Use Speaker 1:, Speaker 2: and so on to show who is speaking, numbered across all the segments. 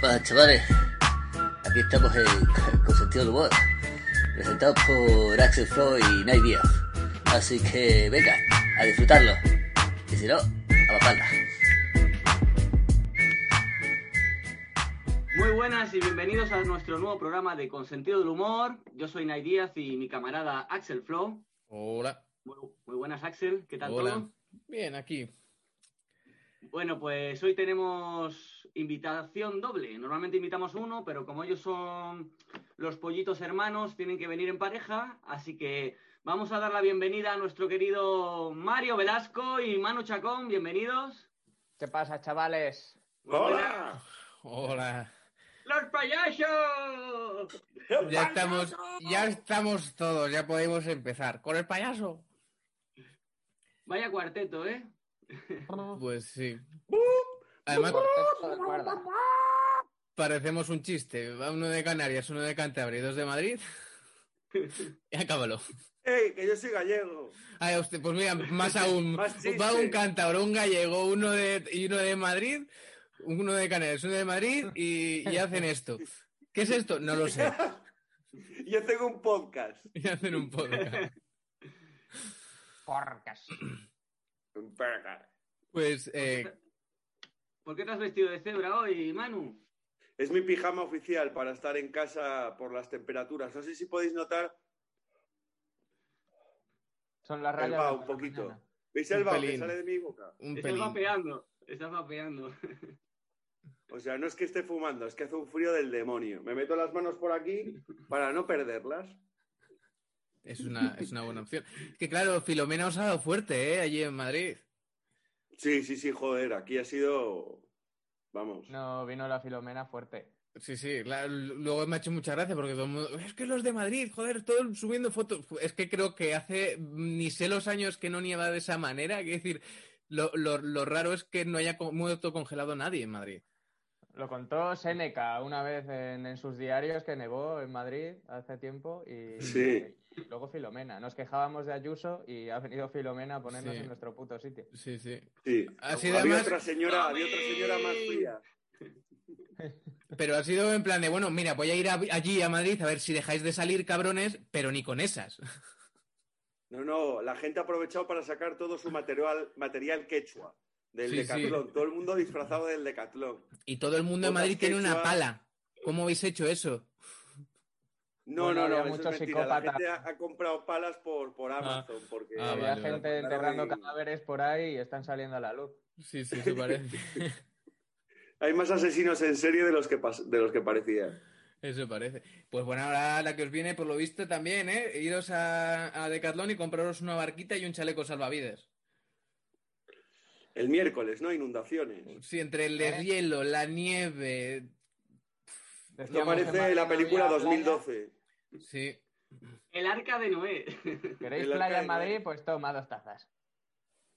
Speaker 1: pasa, chavales? Aquí estamos en, con sentido del humor, presentado por Axel Floyd y Night Díaz. Así que venga, a disfrutarlo. Y si no, a la palma.
Speaker 2: Muy buenas y bienvenidos a nuestro nuevo programa de Consentido del Humor. Yo soy Nay Díaz y mi camarada Axel Flow.
Speaker 3: Hola.
Speaker 2: Muy, muy buenas, Axel. ¿Qué tal
Speaker 3: Hola.
Speaker 2: todo?
Speaker 3: Bien, aquí.
Speaker 2: Bueno, pues hoy tenemos invitación doble. Normalmente invitamos uno, pero como ellos son los pollitos hermanos, tienen que venir en pareja. Así que vamos a dar la bienvenida a nuestro querido Mario Velasco y Manu Chacón. Bienvenidos.
Speaker 4: ¿Qué pasa, chavales?
Speaker 2: Muy buenas.
Speaker 3: Hola.
Speaker 2: ¡Los payasos!
Speaker 3: Ya estamos, ya estamos todos, ya podemos empezar. ¿Con el payaso?
Speaker 2: Vaya cuarteto, ¿eh?
Speaker 3: Pues sí. Además,
Speaker 4: Cortexto de cuerda.
Speaker 3: parecemos un chiste. Va Uno de Canarias, uno de Cantabria y dos de Madrid. Y acábalo.
Speaker 5: ¡Ey, que yo soy gallego!
Speaker 3: Ay, usted, pues mira, más aún.
Speaker 5: Más chiste.
Speaker 3: Va un cántabro, un gallego, uno de, y uno de Madrid, uno de Canarias, uno de Madrid y, y hacen esto. ¿Qué es esto? No lo sé.
Speaker 5: Yo tengo un podcast.
Speaker 3: Y hacen un podcast.
Speaker 4: Porcas.
Speaker 5: Un podcast.
Speaker 3: Pues, eh,
Speaker 2: ¿Por qué te has vestido de cebra hoy, Manu?
Speaker 5: Es mi pijama oficial para estar en casa por las temperaturas. No sé si podéis notar.
Speaker 4: Son las
Speaker 5: El
Speaker 4: rayas.
Speaker 5: vaho
Speaker 4: de
Speaker 5: un
Speaker 4: la
Speaker 5: poquito.
Speaker 4: mañana.
Speaker 5: ¿Veis el
Speaker 3: Un
Speaker 5: vaho que
Speaker 3: pelín.
Speaker 5: sale de mi boca?
Speaker 3: un
Speaker 2: Estás
Speaker 3: pelín.
Speaker 2: vapeando, estás vapeando.
Speaker 5: O sea, no es que esté fumando, es que hace un frío del demonio. Me meto las manos por aquí para no perderlas.
Speaker 3: Es una, es una buena opción. Es que claro, Filomena os ha dado fuerte, ¿eh? Allí en Madrid.
Speaker 5: Sí, sí, sí, joder, aquí ha sido. Vamos.
Speaker 4: No, vino la filomena fuerte.
Speaker 3: Sí, sí, claro. l- Luego me ha hecho mucha gracia porque todo el mundo... Es que los de Madrid, joder, todos subiendo fotos. Es que creo que hace mm, ni sé los años que no nieva de esa manera. Quiero decir, lo, lo- lo raro es que no haya co- muerto congelado nadie en Madrid.
Speaker 4: Lo contó Seneca una vez en, en sus diarios que nevó en Madrid hace tiempo y,
Speaker 5: Sí.
Speaker 4: y luego Filomena. Nos quejábamos de Ayuso y ha venido Filomena a ponernos
Speaker 3: Sí.
Speaker 4: en nuestro puto sitio.
Speaker 3: Sí, sí.
Speaker 5: Sí.
Speaker 3: Ha sido
Speaker 5: Había
Speaker 3: además-
Speaker 5: otra señora, había otra señora más fría.
Speaker 3: Pero ha sido en plan de, bueno, mira, voy a ir a- allí a Madrid a ver si dejáis de salir, cabrones, pero ni con esas.
Speaker 5: No, no, la gente ha aprovechado para sacar todo su material, material quechua del
Speaker 3: Sí, sí.
Speaker 5: decatlón. Todo el mundo disfrazado del decatlón.
Speaker 3: Y todo el mundo en
Speaker 5: Botas
Speaker 3: Madrid tiene una
Speaker 5: quechua.
Speaker 3: pala. ¿Cómo habéis hecho eso?
Speaker 5: No,
Speaker 4: Bueno,
Speaker 5: no, no,
Speaker 4: había
Speaker 5: eso es
Speaker 4: muchos
Speaker 5: mentira. La
Speaker 4: psicópatas.
Speaker 5: gente ha, ha comprado palas por, por Amazon porque
Speaker 3: Ah,
Speaker 4: Había
Speaker 3: vale,
Speaker 4: gente
Speaker 5: vale.
Speaker 4: enterrando
Speaker 5: Mandaron en-
Speaker 4: cadáveres por ahí y están saliendo a la luz.
Speaker 3: Sí, sí, se parece.
Speaker 5: hay más asesinos en serie de los que, pas- de los que parecían.
Speaker 3: Eso parece. Pues bueno, ahora la que os viene, por lo visto, también, ¿eh? Iros a, a Decathlon y compraros una barquita y un chaleco salvavidas.
Speaker 5: El miércoles, ¿no? Inundaciones.
Speaker 3: Sí, entre el deshielo, la nieve.
Speaker 5: Esto
Speaker 4: Decíamos que
Speaker 5: parece
Speaker 4: Madrid
Speaker 5: la
Speaker 4: no
Speaker 5: película
Speaker 4: había playa.
Speaker 5: 2012.
Speaker 3: Sí.
Speaker 2: El arca de Noé.
Speaker 4: ¿Queréis
Speaker 5: El arca
Speaker 4: playa
Speaker 5: de
Speaker 4: en
Speaker 5: Noé.
Speaker 4: Madrid? Pues toma dos tazas.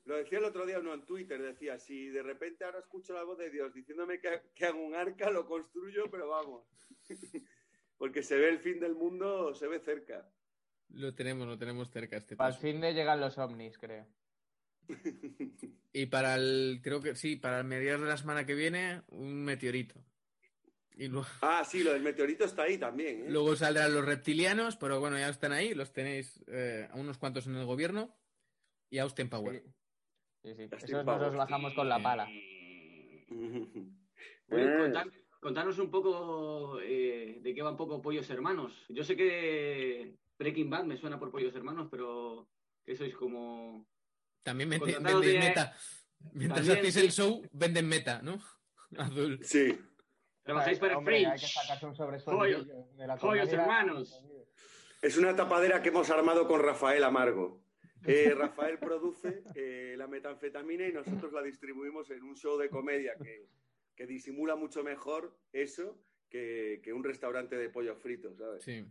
Speaker 5: Lo decía el otro día uno en Twitter, decía, si de repente ahora escucho la voz de Dios diciéndome que, que hago un arca, lo construyo, pero vamos. Porque se ve el fin del mundo, se ve cerca.
Speaker 3: Lo tenemos, lo tenemos cerca este
Speaker 4: Al
Speaker 3: paso.
Speaker 4: fin de llegan los ovnis, creo.
Speaker 3: Y para el, creo que sí, para el mediados de la semana que viene, un meteorito. Y luego,
Speaker 5: Ah, sí, lo del meteorito está ahí también. ¿eh?
Speaker 3: luego saldrán los reptilianos, pero bueno, ya están ahí, los tenéis eh, a unos cuantos en el gobierno. Y Austin Power.
Speaker 4: Sí. Sí, sí.
Speaker 5: Las
Speaker 4: Esos nos los
Speaker 5: timpavos.
Speaker 4: bajamos con la pala.
Speaker 2: Bueno,
Speaker 5: Eh.
Speaker 2: contar- contanos un poco eh, de qué va un poco Pollos Hermanos. Yo sé que Breaking Bad me suena por Pollos Hermanos, pero que sois como...
Speaker 3: También vende-
Speaker 2: Contratado
Speaker 3: vendéis
Speaker 2: de-
Speaker 3: meta. Mientras
Speaker 2: También,
Speaker 3: hacéis
Speaker 2: sí.
Speaker 3: el show, venden meta, ¿no? Azul.
Speaker 5: pues, Sí.
Speaker 2: Trabajáis para
Speaker 4: Hombre, Hay que
Speaker 2: Fringe.
Speaker 4: sacarse un sobresueldo de la
Speaker 2: Pollos,
Speaker 4: compañía.
Speaker 2: hermanos.
Speaker 5: Es una tapadera que hemos armado con Rafael Amargo. Eh, Rafael produce eh, la metanfetamina y nosotros la distribuimos en un show de comedia que, que disimula mucho mejor eso que, que un restaurante de pollo frito, ¿sabes?
Speaker 3: Sí.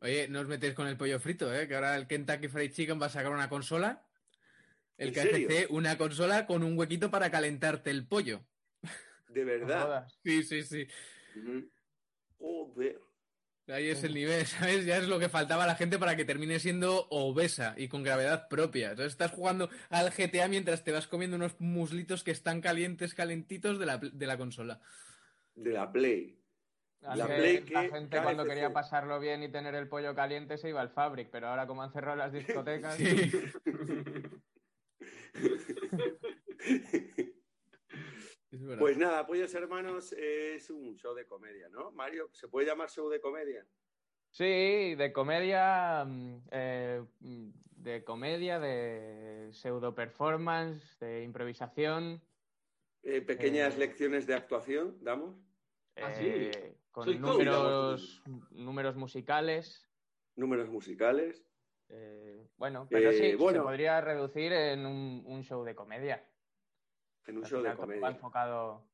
Speaker 3: Oye, no os metéis con el pollo frito, ¿eh? Que ahora el Kentucky Fried Chicken va a sacar una consola. El
Speaker 5: ¿En
Speaker 3: KFC,
Speaker 5: serio?
Speaker 3: una consola con un huequito para calentarte el pollo.
Speaker 5: De
Speaker 4: No
Speaker 5: verdad.
Speaker 4: jodas.
Speaker 3: Sí, sí, sí.
Speaker 5: Ujú. Joder.
Speaker 3: Ahí es
Speaker 5: Oh.
Speaker 3: el nivel, ¿sabes? Ya es lo que faltaba a la gente para que termine siendo obesa y con gravedad propia. Entonces estás jugando al GTA mientras te vas comiendo unos muslitos que están calientes, calentitos de la, pl- de la consola.
Speaker 5: de la Play.
Speaker 4: Antes
Speaker 5: La
Speaker 4: La,
Speaker 5: Play que
Speaker 4: gente cuando
Speaker 5: KFC.
Speaker 4: quería pasarlo bien y tener el pollo caliente se iba al Fabric, pero ahora como han cerrado las
Speaker 5: Ah,
Speaker 4: discotecas,
Speaker 3: Sí. Es verdad.
Speaker 5: Pues nada, Apoyos Hermanos es un show de comedia, ¿no? Mario, ¿se puede llamar show de comedia?
Speaker 4: Sí, de comedia, mm, eh, mm, de comedia, de pseudo performance, de improvisación.
Speaker 5: Eh, pequeñas
Speaker 4: Eh.
Speaker 5: lecciones de actuación, damos.
Speaker 2: Ah, sí.
Speaker 4: eh, con
Speaker 2: Soy coach.
Speaker 4: números, números musicales.
Speaker 5: Números musicales.
Speaker 4: eh, bueno, pero sí,
Speaker 5: Eh, bueno.
Speaker 4: se podría reducir en un, un show de comedia.
Speaker 5: En un
Speaker 4: Al
Speaker 5: show de
Speaker 4: final, como va
Speaker 5: comedia.
Speaker 4: enfocado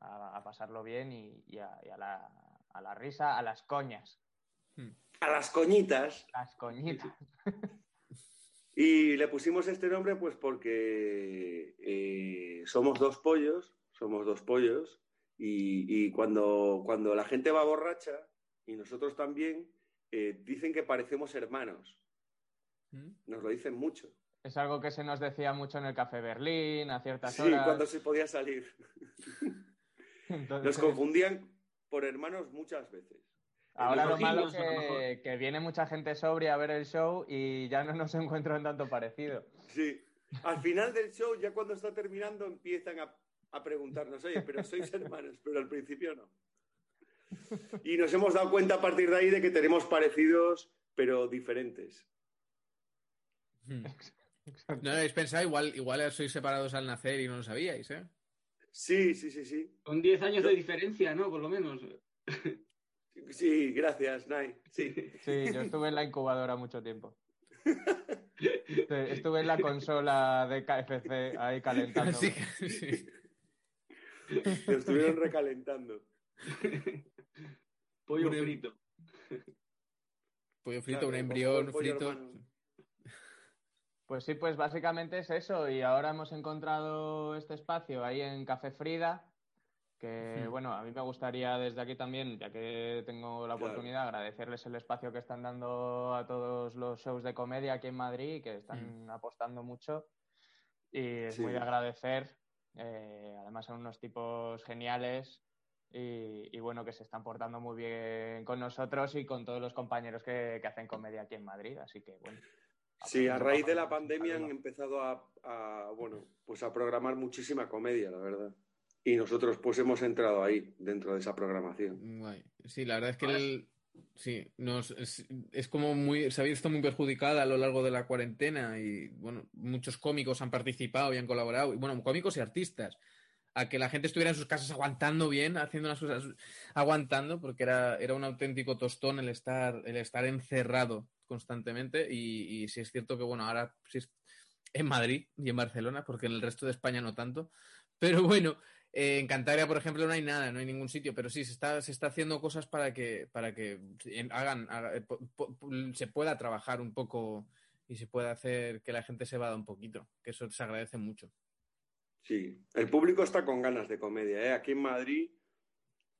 Speaker 4: a, a pasarlo bien y, y a, y a la, a la risa, a las coñas.
Speaker 5: A las coñitas.
Speaker 4: Las coñitas.
Speaker 5: Y le pusimos este nombre pues porque eh, somos dos pollos, somos dos pollos, y, y cuando, cuando la gente va borracha, y nosotros también, eh, dicen que parecemos hermanos.
Speaker 3: ¿Mm?
Speaker 5: Nos lo dicen mucho.
Speaker 4: Es algo que se nos decía mucho en el Café Berlín, a ciertas
Speaker 5: Sí,
Speaker 4: horas.
Speaker 5: cuando se podía salir. Nos
Speaker 4: Entonces,
Speaker 5: confundían por hermanos muchas veces.
Speaker 4: Ahora lo
Speaker 5: Los
Speaker 4: malo
Speaker 2: ojillos, a lo
Speaker 4: que, que viene mucha gente sobria a ver el show y ya no nos encuentran tanto parecido.
Speaker 5: Sí. Al final del show, ya cuando está terminando, empiezan a, a preguntarnos, oye, pero sois hermanos, pero al principio no. Y nos hemos dado cuenta a partir de ahí de que tenemos parecidos, pero diferentes.
Speaker 3: Hmm. No lo habéis pensado, igual, igual sois separados al nacer y no lo sabíais, ¿eh?
Speaker 5: Sí, sí, sí, sí.
Speaker 2: Con 10 años de diferencia, ¿no? Por lo menos.
Speaker 5: Sí, gracias, Nay. Sí.
Speaker 4: Sí, yo estuve en la incubadora mucho tiempo. Sí, Estuve en la consola de KFC ahí calentando.
Speaker 3: Así que- sí.
Speaker 5: Lo estuvieron recalentando.
Speaker 2: Pollo
Speaker 3: Pure-
Speaker 2: frito.
Speaker 3: Pollo frito,
Speaker 5: Claro,
Speaker 3: un
Speaker 5: como
Speaker 3: embrión
Speaker 5: el pollo
Speaker 3: frito.
Speaker 5: hermano.
Speaker 4: Pues sí, pues básicamente es eso. Y ahora hemos encontrado este espacio ahí en Café Frida, que
Speaker 3: Ujú.
Speaker 4: bueno, a mí me gustaría desde aquí también, ya que tengo la
Speaker 5: Claro.
Speaker 4: oportunidad, agradecerles el espacio que están dando a todos los shows de comedia aquí en Madrid, que están apostando mucho. Y es
Speaker 5: Mm. Sí.
Speaker 4: muy de agradecer. Eh, además son unos tipos geniales. eh, Y, y bueno, que se están portando muy bien con nosotros y con todos los compañeros que, que hacen comedia aquí en Madrid. Así que bueno.
Speaker 5: Sí, a
Speaker 4: aprovecho
Speaker 5: raíz
Speaker 4: para
Speaker 5: de
Speaker 4: mandarles
Speaker 5: la
Speaker 4: un
Speaker 5: pandemia han
Speaker 4: saludo.
Speaker 5: empezado a, a, bueno, pues a programar muchísima comedia, la verdad. Y nosotros pues hemos entrado ahí, dentro de esa programación.
Speaker 3: Guay. Sí, la verdad es que el- sí, nos, es, es como muy, se ha visto muy perjudicada a lo largo de la cuarentena y bueno, muchos cómicos han participado y han colaborado, y bueno, cómicos y artistas, a que la gente estuviera en sus casas aguantando bien, haciendo las cosas, aguantando, porque era, era un auténtico tostón el estar, el estar encerrado constantemente y, y sí es cierto que bueno, ahora sí es en Madrid y en Barcelona, porque en el resto de España no tanto, pero bueno. Eh, en Cantabria, por ejemplo, no hay nada, no hay ningún sitio, pero sí, se está, se está haciendo cosas para que, para que en- hagan, haga- eh, po- po- se pueda trabajar un poco y se pueda hacer que la gente se vada un poquito, que eso se agradece mucho.
Speaker 5: Sí, el público está con ganas de comedia. ¿eh? Aquí en Madrid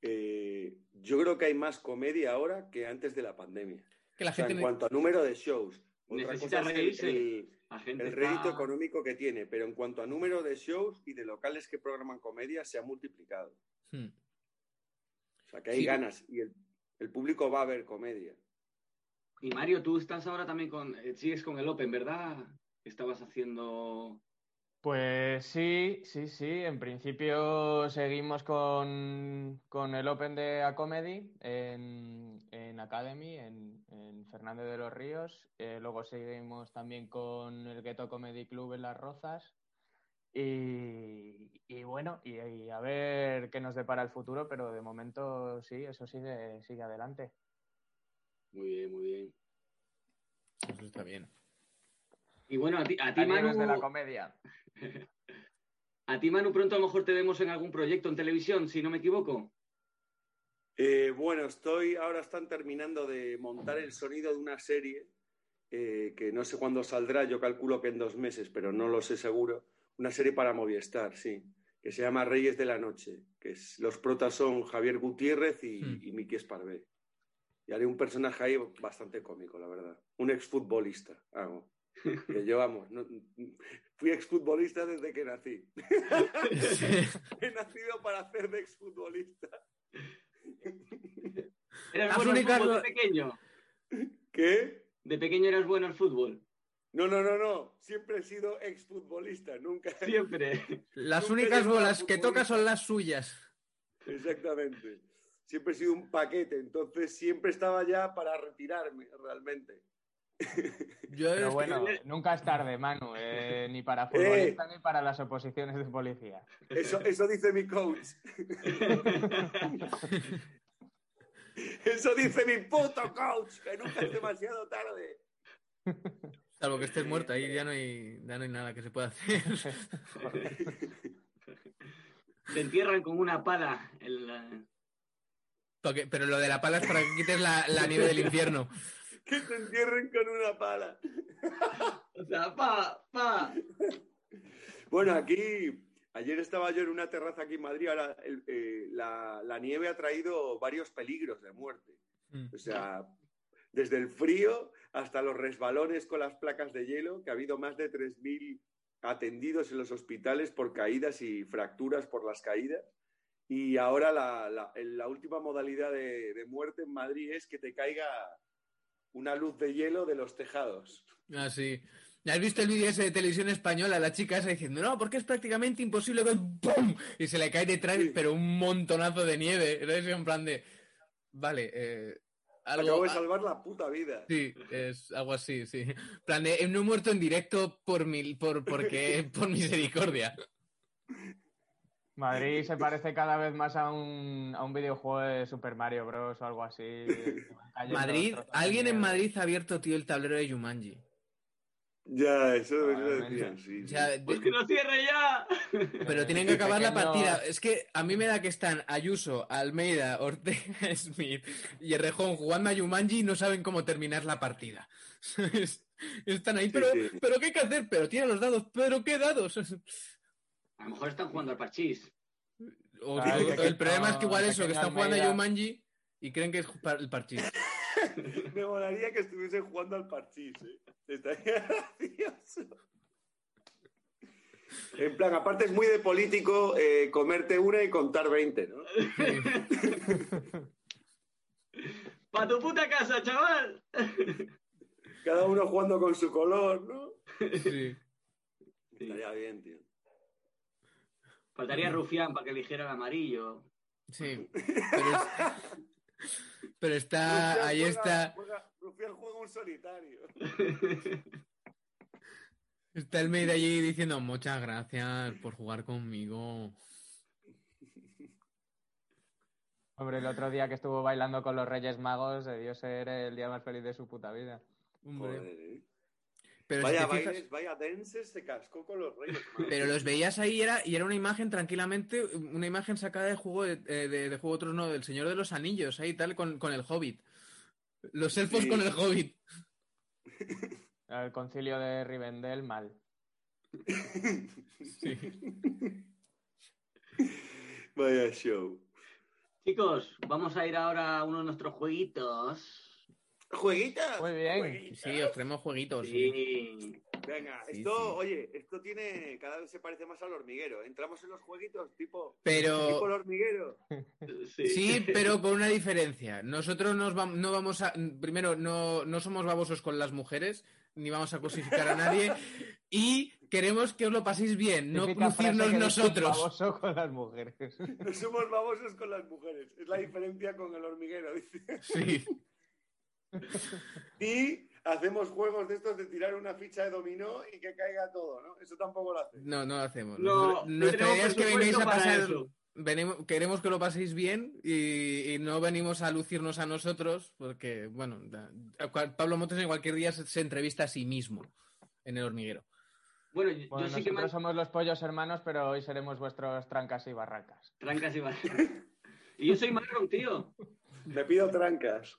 Speaker 5: eh, yo creo que hay más comedia ahora que antes de la pandemia.
Speaker 3: Que la
Speaker 5: O sea,
Speaker 3: gente
Speaker 5: en
Speaker 3: ne-
Speaker 5: cuanto a número de shows. Otra
Speaker 2: Necesita
Speaker 5: cosa es el-
Speaker 2: reírse.
Speaker 5: el,
Speaker 2: La gente
Speaker 5: el
Speaker 2: está-
Speaker 5: rédito económico que tiene, pero en cuanto a número de shows y de locales que programan comedia se ha multiplicado.
Speaker 3: Hmm.
Speaker 5: O sea, que hay
Speaker 3: Sí.
Speaker 5: ganas y el, el público va a ver comedia.
Speaker 2: Y Mario, tú estás ahora también con... eh, Sigues con el Open, ¿verdad? Estabas haciendo...
Speaker 4: Pues sí, sí, sí. En principio seguimos con, con el Open de Acomedy en, en Academy, en, en Fernández de los Ríos. Eh, luego seguimos también con el Ghetto Comedy Club en Las Rozas. Y, y bueno, y, y a ver qué nos depara el futuro, pero de momento sí, eso sigue, sigue adelante.
Speaker 2: Muy bien, muy bien.
Speaker 3: pues Eso está bien.
Speaker 2: Y bueno, a ti, a ti,
Speaker 4: Cañeros
Speaker 2: Manu...
Speaker 4: de la comedia.
Speaker 2: A ti, Manu, pronto a lo mejor te vemos en algún proyecto en televisión, si no me equivoco.
Speaker 5: Eh, bueno, estoy ahora están terminando de montar el sonido de una serie eh, que no sé cuándo saldrá, yo calculo que en dos meses, pero no lo sé seguro. Una serie para Movistar, sí, que se llama Reyes de la Noche, que es- los protas son Javier Gutiérrez y,
Speaker 3: Hmm.
Speaker 5: y Miki Esparvé. Y haré un personaje ahí bastante cómico, la verdad. Un exfutbolista hago. Que yo, vamos, no- fui exfutbolista desde que nací. He nacido para hacer de exfutbolista.
Speaker 2: ¿Eras
Speaker 3: Haz
Speaker 2: bueno al fútbol
Speaker 3: un
Speaker 2: de
Speaker 3: Ricardo.
Speaker 2: pequeño?
Speaker 5: ¿Qué?
Speaker 2: De pequeño eras bueno al fútbol.
Speaker 5: No, no, no, no. Siempre he sido exfutbolista, nunca.
Speaker 2: Siempre.
Speaker 3: Las
Speaker 5: Nunca he
Speaker 3: únicas
Speaker 5: llegado a
Speaker 3: bolas que toca son las suyas.
Speaker 5: Exactamente. Siempre he sido un paquete, entonces siempre estaba ya para retirarme, realmente.
Speaker 3: Yo es
Speaker 4: Pero
Speaker 3: que-
Speaker 4: bueno, nunca es tarde, Manu, eh, ni para
Speaker 5: Eh.
Speaker 4: futbolistas ni para las oposiciones de policía.
Speaker 5: Eso, eso dice mi coach. Eso dice mi puto coach, que nunca es demasiado tarde.
Speaker 3: salvo que estés muerto,
Speaker 5: eh.
Speaker 3: ahí ya no hay, ya no hay nada que se pueda hacer.
Speaker 2: Te entierran con una pala. en la-
Speaker 3: Porque- pero lo de la pala es para que quites la, la nieve del infierno.
Speaker 5: Que te entierren con una pala.
Speaker 2: O sea, pa, pa.
Speaker 5: Bueno, aquí, ayer estaba yo en una terraza aquí en Madrid, ahora el- eh, la, la nieve ha traído varios peligros de muerte.
Speaker 3: Mm.
Speaker 5: O sea, desde el frío hasta los resbalones con las placas de hielo, que ha habido más de 3.000 atendidos en los hospitales por caídas y fracturas por las caídas. Y ahora la, la- el- la última modalidad de, de muerte en Madrid es que te caiga una luz de hielo de los tejados.
Speaker 3: Ah, sí. ¿Has visto el vídeo ese de televisión española? La chica esa diciendo, no, porque es prácticamente imposible que... ¡Pum! Y se le cae detrás,
Speaker 5: Sí.
Speaker 3: pero un montonazo de nieve. Entonces, en plan de... Vale, eh, algo...
Speaker 5: Acabo de salvar la puta vida.
Speaker 3: Sí, es algo así, sí. En plan de, no he muerto en directo por mi, por, porque, por misericordia.
Speaker 4: Madrid se parece cada vez más a un, a un videojuego de Super Mario Bros. o algo así. que van cayendo
Speaker 3: Madrid,
Speaker 4: trozos de
Speaker 3: alguien en
Speaker 4: nieve.
Speaker 3: Madrid ha abierto, tío, el tablero de Jumanji.
Speaker 5: Ya, eso eso
Speaker 4: Probablemente.
Speaker 5: decían, sí,
Speaker 3: O
Speaker 5: sí.
Speaker 3: sea, de-
Speaker 2: Pues que lo cierre ya.
Speaker 3: pero tienen que acabar la
Speaker 4: Pequeños-
Speaker 3: partida. Es que a mí me da que están Ayuso, Almeida, Ortega, Smith y Errejón jugando a Jumanji y no saben cómo terminar la partida. ¿Sabes? Están ahí,
Speaker 5: Sí,
Speaker 3: pero,
Speaker 5: sí.
Speaker 3: pero ¿qué hay que hacer? Pero tira los dados, pero ¿qué dados?
Speaker 2: A lo mejor están jugando al parchís.
Speaker 3: O-
Speaker 4: Ah, el
Speaker 3: o-
Speaker 4: pequeño-
Speaker 3: el problema es que igual
Speaker 4: el
Speaker 3: eso, que
Speaker 4: pequeño
Speaker 3: están jugando a
Speaker 4: Almeida.
Speaker 3: Jumanji y creen que es par- el partido.
Speaker 5: Me molaría que estuviesen jugando al parchís, ¿eh? Estaría gracioso. En plan, aparte es muy de político eh, comerte una y contar 20, ¿no?
Speaker 2: ¡Pa tu puta casa, chaval!
Speaker 5: Cada uno jugando con su color, ¿no?
Speaker 3: Sí.
Speaker 5: Estaría bien, tío.
Speaker 2: Faltaría Rufián para que eligiera el amarillo.
Speaker 3: Sí, pero, es- pero está, Ah, ahí está,
Speaker 5: Juega, Rufián juega un solitario.
Speaker 3: está el maid allí diciendo muchas gracias por jugar conmigo.
Speaker 4: Hombre, el otro día que estuvo bailando con los Reyes Magos debió ser el día más feliz de su puta vida.
Speaker 3: Hombre,
Speaker 5: Joder, ¿eh?
Speaker 3: Pero, si
Speaker 5: Vaya
Speaker 3: te fijas-
Speaker 5: bailes, vaya denses, se cascó con los reyes. Magos.
Speaker 3: pero los veías ahí y era, y era una imagen tranquilamente, una imagen sacada de juego de, eh, de- de juego otros no, del Señor de los Anillos, ahí tal, con, con el Hobbit. Los elfos
Speaker 5: Sí.
Speaker 3: con el Hobbit.
Speaker 4: El concilio de Rivendell, mal.
Speaker 5: Vaya show.
Speaker 2: Chicos, vamos a ir ahora a uno de nuestros jueguitos.
Speaker 5: ¿Jueguita?
Speaker 4: Muy bien.
Speaker 3: Sí, os traemos jueguitos. sí.
Speaker 2: Sí.
Speaker 5: Venga,
Speaker 3: Sí,
Speaker 5: esto,
Speaker 3: sí.
Speaker 5: oye, esto tiene, cada vez se parece más al hormiguero. Entramos en los jueguitos tipo, tipo
Speaker 3: Pero...
Speaker 5: el hormiguero.
Speaker 2: Sí.
Speaker 3: Sí, pero con una diferencia. Nosotros nos vam- no vamos a. Primero, no, no somos babosos con las mujeres, ni vamos a cosificar a nadie. Y queremos que os lo paséis bien, no
Speaker 4: Típica frase
Speaker 3: lucirnos
Speaker 4: que dice un
Speaker 3: nosotros.
Speaker 4: baboso con las mujeres.
Speaker 5: No somos babosos con las mujeres. Es la diferencia con el hormiguero. dice.
Speaker 3: Sí.
Speaker 5: Y hacemos juegos de estos de tirar una ficha de dominó y que caiga todo, ¿no? Eso tampoco lo hace.
Speaker 3: No, no lo hacemos.
Speaker 2: No,
Speaker 3: Nosotros- Nuestra
Speaker 2: tenemos
Speaker 3: idea es que
Speaker 2: presupuesto
Speaker 3: vengáis a
Speaker 2: para
Speaker 3: pasar.
Speaker 2: eso.
Speaker 3: venimos- queremos que lo paséis bien y, y no venimos a lucirnos a nosotros, porque, bueno, da- cual- Pablo Motos en cualquier día se, se entrevista a sí mismo en el hormiguero.
Speaker 2: Bueno, yo-
Speaker 4: Bueno,
Speaker 2: yo sí que
Speaker 4: nosotros
Speaker 2: me...
Speaker 4: somos los pollos hermanos, pero hoy seremos vuestros trancas y barracas.
Speaker 2: Trancas y barrancas. Y yo soy marrón, tío.
Speaker 5: Me pido trancas.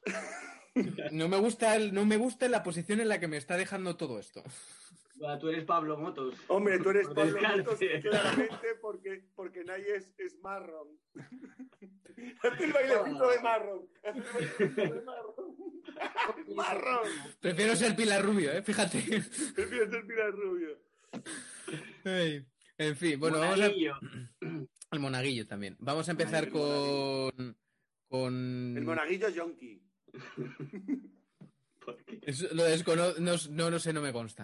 Speaker 3: No me gusta, el- no me gusta la posición en la que me está dejando todo esto.
Speaker 2: Buah, Tú eres Pablo Motos.
Speaker 5: Hombre, tú eres
Speaker 2: Por
Speaker 5: Pablo
Speaker 2: descarte.
Speaker 5: Motos, claramente porque, porque nadie es, es marrón. Hazte el bailecito de marrón. Hazte el bailecito de marrón. marrón.
Speaker 3: Prefiero ser Pilar Rubio, ¿eh? Fíjate.
Speaker 5: Prefiero ser Pilar Rubio.
Speaker 3: Ay, En fin, bueno, vamos a...
Speaker 2: Monaguillo.
Speaker 3: El monaguillo también. Vamos a empezar
Speaker 5: Ay, el
Speaker 3: con... con...
Speaker 5: El monaguillo yonki.
Speaker 3: Es- Lo descono- no, no lo sé, no me consta.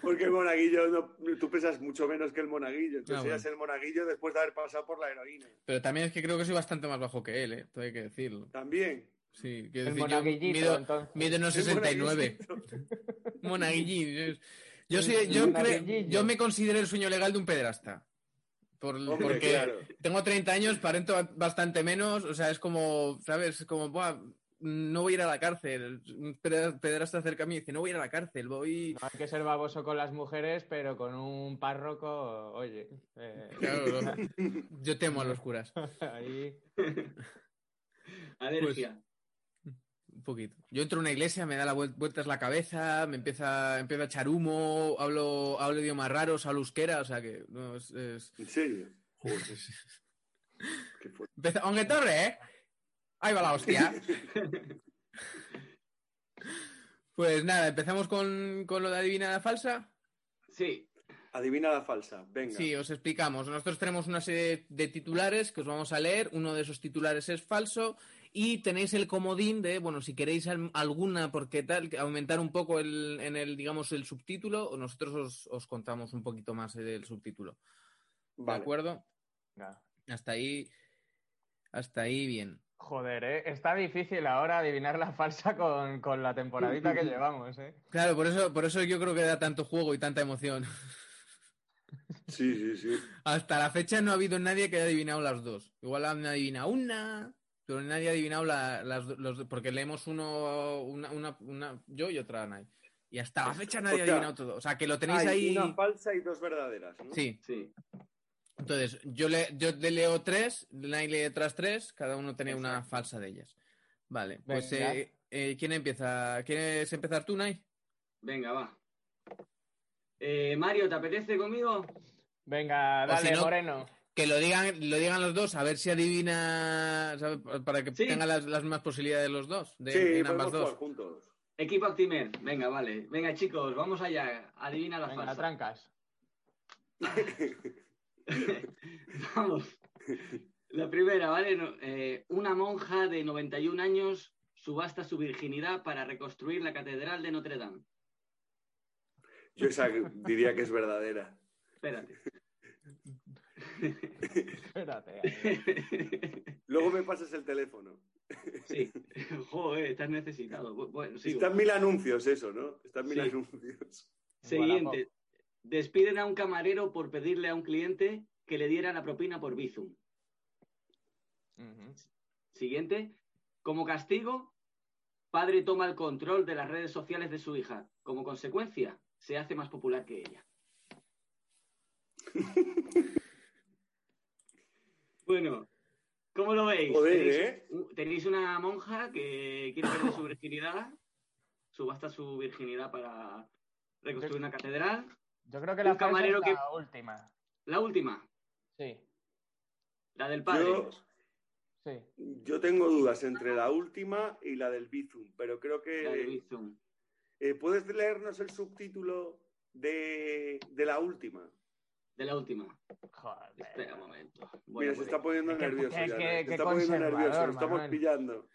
Speaker 5: Porque el monaguillo, no- tú pesas mucho menos que el monaguillo. Tú
Speaker 3: Ah,
Speaker 5: eras el monaguillo después de haber pasado por la heroína.
Speaker 3: Pero también es que creo que soy bastante más bajo que él, ¿eh? Todo hay que decirlo.
Speaker 5: También.
Speaker 3: Sí, quiero
Speaker 4: El
Speaker 3: decir, yo
Speaker 4: monaguillito,
Speaker 3: mido,
Speaker 4: entonces.
Speaker 3: mido unos 69. Monaguillín. Yo, soy- yo,
Speaker 4: Un
Speaker 3: creo-
Speaker 4: monaguillillo.
Speaker 3: yo me considero el sueño legal de un pederasta. Por-
Speaker 5: Hombre,
Speaker 3: porque
Speaker 5: claro.
Speaker 3: tengo 30 años, parento ba- bastante menos. O sea, es como, ¿sabes? Es como, "Buah, no voy a ir a la cárcel. Un peder- pederasta cerca a mí dice, no voy a ir a la cárcel, voy...
Speaker 4: No hay que ser baboso con las mujeres, pero con un párroco, oye. eh,
Speaker 3: Claro, no. Yo temo a los curas.
Speaker 4: ahí.
Speaker 3: pues-
Speaker 2: Alergia.
Speaker 3: Un poquito. Yo entro a una iglesia, me da la vuel- vueltas la cabeza, me empieza, empieza a echar humo, hablo, hablo idiomas raros, hablo euskera, o sea que no, es, es-
Speaker 5: En serio. Qué fuerte.
Speaker 3: Empieza... ¡Onge torre, eh! Ahí va la hostia. Pues nada, empezamos con, con lo de adivinada falsa.
Speaker 2: Sí,
Speaker 5: Adivina la falsa. Venga.
Speaker 3: Sí, os explicamos. Nosotros tenemos una serie de titulares que os vamos a leer. Uno de esos titulares es falso. Y tenéis el comodín de, bueno, si queréis al- alguna, porque tal, que aumentar un poco el, en el, digamos, el subtítulo, o nosotros os, os contamos un poquito más del subtítulo. ¿De
Speaker 5: Vale.
Speaker 3: acuerdo?
Speaker 4: Venga.
Speaker 3: Hasta ahí. Hasta ahí bien.
Speaker 4: Joder, eh, está difícil ahora adivinar la falsa con, con la temporadita que llevamos, ¿eh?
Speaker 3: Claro, por eso, por eso yo creo que da tanto juego y tanta emoción.
Speaker 5: Sí, sí, sí.
Speaker 3: Hasta la fecha no ha habido nadie que haya adivinado las dos. Igual han adivinado una, pero nadie ha adivinado la- las do- los, porque leemos uno, una, una, una- yo y otra Nay. Y hasta la fecha nadie
Speaker 5: O
Speaker 3: ha
Speaker 5: sea,
Speaker 3: adivinado todo. O sea, que lo tenéis
Speaker 5: Hay
Speaker 3: ahí.
Speaker 5: una falsa y dos verdaderas. ¿no?
Speaker 3: Sí.
Speaker 2: sí.
Speaker 3: Entonces, yo le, yo le leo tres, Nay lee otras tres, cada uno tenía una
Speaker 4: Exacto.
Speaker 3: falsa de ellas. Vale, pues
Speaker 4: Venga.
Speaker 3: eh, eh, ¿quién empieza? ¿Quieres empezar tú, Nay?
Speaker 2: Venga, va. Eh, Mario, ¿te apetece conmigo?
Speaker 4: Venga,
Speaker 3: O
Speaker 4: dale,
Speaker 3: si no-
Speaker 4: Moreno.
Speaker 3: Que lo digan, lo digan los dos, a ver si adivina, ¿sabe? para que
Speaker 2: Sí.
Speaker 3: tengan las, las mismas posibilidades los dos, de,
Speaker 5: Sí, pues
Speaker 3: en
Speaker 5: podemos
Speaker 3: ambas
Speaker 5: jugar
Speaker 3: dos.
Speaker 5: juntos.
Speaker 2: Equipo Actimer. Venga, vale. Venga, chicos, vamos allá. Adivina la
Speaker 4: Venga,
Speaker 2: falsa.
Speaker 4: trancas.
Speaker 2: Vamos. La primera, ¿vale? No, eh, una monja de 91 años subasta su virginidad para reconstruir la Catedral de Notre Dame.
Speaker 5: Yo esa diría que es verdadera.
Speaker 2: Espérate.
Speaker 4: Espérate. ahí.
Speaker 5: Luego me pasas el teléfono.
Speaker 2: sí. Joder, estás necesitado. Bu- Bueno, sigo.
Speaker 5: Están mil anuncios eso, ¿no? Están mil
Speaker 2: Sí.
Speaker 5: anuncios.
Speaker 2: Siguiente. Despiden a un camarero por pedirle a un cliente que le diera la propina por Bizum.
Speaker 4: Ujú.
Speaker 2: Siguiente. Como castigo, padre toma el control de las redes sociales de su hija. Como consecuencia, se hace más popular que ella. bueno, ¿cómo lo veis?
Speaker 5: Joder,
Speaker 2: tenéis,
Speaker 5: ¿eh?
Speaker 2: u- tenéis una monja que quiere perder su virginidad, subasta su virginidad para reconstruir una catedral.
Speaker 4: Yo creo que
Speaker 2: Un
Speaker 4: la falsa
Speaker 2: camarero
Speaker 4: es
Speaker 2: que-
Speaker 4: la última.
Speaker 2: La última,
Speaker 4: Sí,
Speaker 2: la del padre.
Speaker 5: Yo,
Speaker 4: sí.
Speaker 5: yo tengo dudas entre la última y la del Bizum, pero creo
Speaker 2: La de
Speaker 5: que...
Speaker 2: Bizum.
Speaker 5: eh, ¿Puedes leernos el subtítulo de, de la última?
Speaker 2: De la última.
Speaker 4: Joder.
Speaker 3: Este.
Speaker 2: Espera un momento.
Speaker 5: Mira,
Speaker 2: Bueno,
Speaker 5: se
Speaker 2: pues-
Speaker 5: está poniendo
Speaker 4: Qué-
Speaker 5: nervioso.
Speaker 4: qué- qué-
Speaker 5: ya, ¿no?
Speaker 4: qué
Speaker 5: se está poniendo
Speaker 4: conservador,
Speaker 5: nervioso, lo estamos
Speaker 4: Manuel.
Speaker 5: pillando.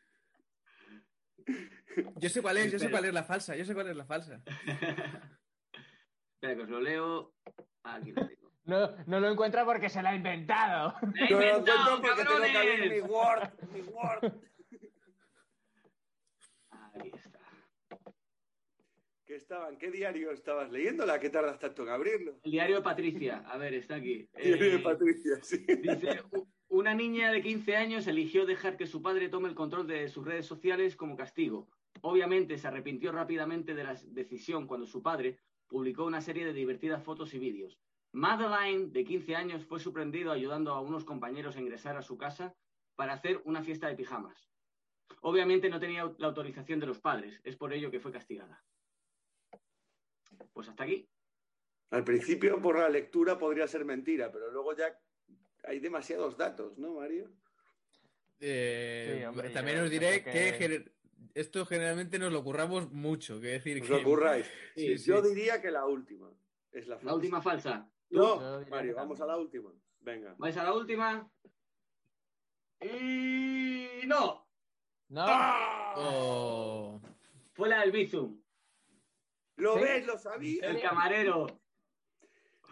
Speaker 3: Yo sé cuál es, yo sé
Speaker 2: Espera.
Speaker 3: cuál es la falsa, yo sé cuál es la falsa.
Speaker 2: Espera, que os lo leo. Aquí lo tengo.
Speaker 4: No, no lo encuentra porque se la ha inventado.
Speaker 2: ¡Me he
Speaker 5: No lo
Speaker 2: inventado,
Speaker 5: encuentro porque tengo que abrir mi
Speaker 2: cabrones!
Speaker 5: Word, mi Word.
Speaker 2: Aquí está.
Speaker 5: ¿Qué estaban? ¿Qué diario estabas leyéndola? ¿Qué tardas tanto en abrirlo?
Speaker 2: El diario de Patricia. A ver, está aquí.
Speaker 5: Diario de
Speaker 2: Eh,
Speaker 5: Patricia, sí.
Speaker 2: dice, "U- una niña de 15 años eligió dejar que su padre tome el control de sus redes sociales como castigo. Obviamente se arrepintió rápidamente de la decisión cuando su padre publicó una serie de divertidas fotos y vídeos. Madeline, de 15 años, fue sorprendido ayudando a unos compañeros a ingresar a su casa para hacer una fiesta de pijamas. Obviamente no tenía au- la autorización de los padres, es por ello que fue castigada. Pues hasta aquí.
Speaker 5: Al principio, por la lectura, podría ser mentira, pero luego ya hay demasiados datos, ¿no, Mario?
Speaker 3: Eh,
Speaker 4: Sí, hombre,
Speaker 3: también
Speaker 4: yo
Speaker 3: os diré
Speaker 4: creo
Speaker 3: que,
Speaker 4: que-
Speaker 3: gener- esto generalmente nos lo curramos mucho, que decir
Speaker 5: Os
Speaker 3: que...
Speaker 5: lo curráis.
Speaker 3: Sí, sí.
Speaker 5: Yo diría que la última es la
Speaker 2: La
Speaker 5: falsa.
Speaker 2: última falsa.
Speaker 4: Yo
Speaker 5: No,
Speaker 4: diría
Speaker 5: Mario,
Speaker 4: que
Speaker 5: vamos a la última. Venga.
Speaker 2: ¿Vais a la última? Y no.
Speaker 4: No.
Speaker 5: ¡Ah!
Speaker 3: Oh.
Speaker 2: Fue la del Bizum,
Speaker 5: ¿Lo
Speaker 4: Sí.
Speaker 5: ves? ¿Lo sabía?
Speaker 2: el camarero,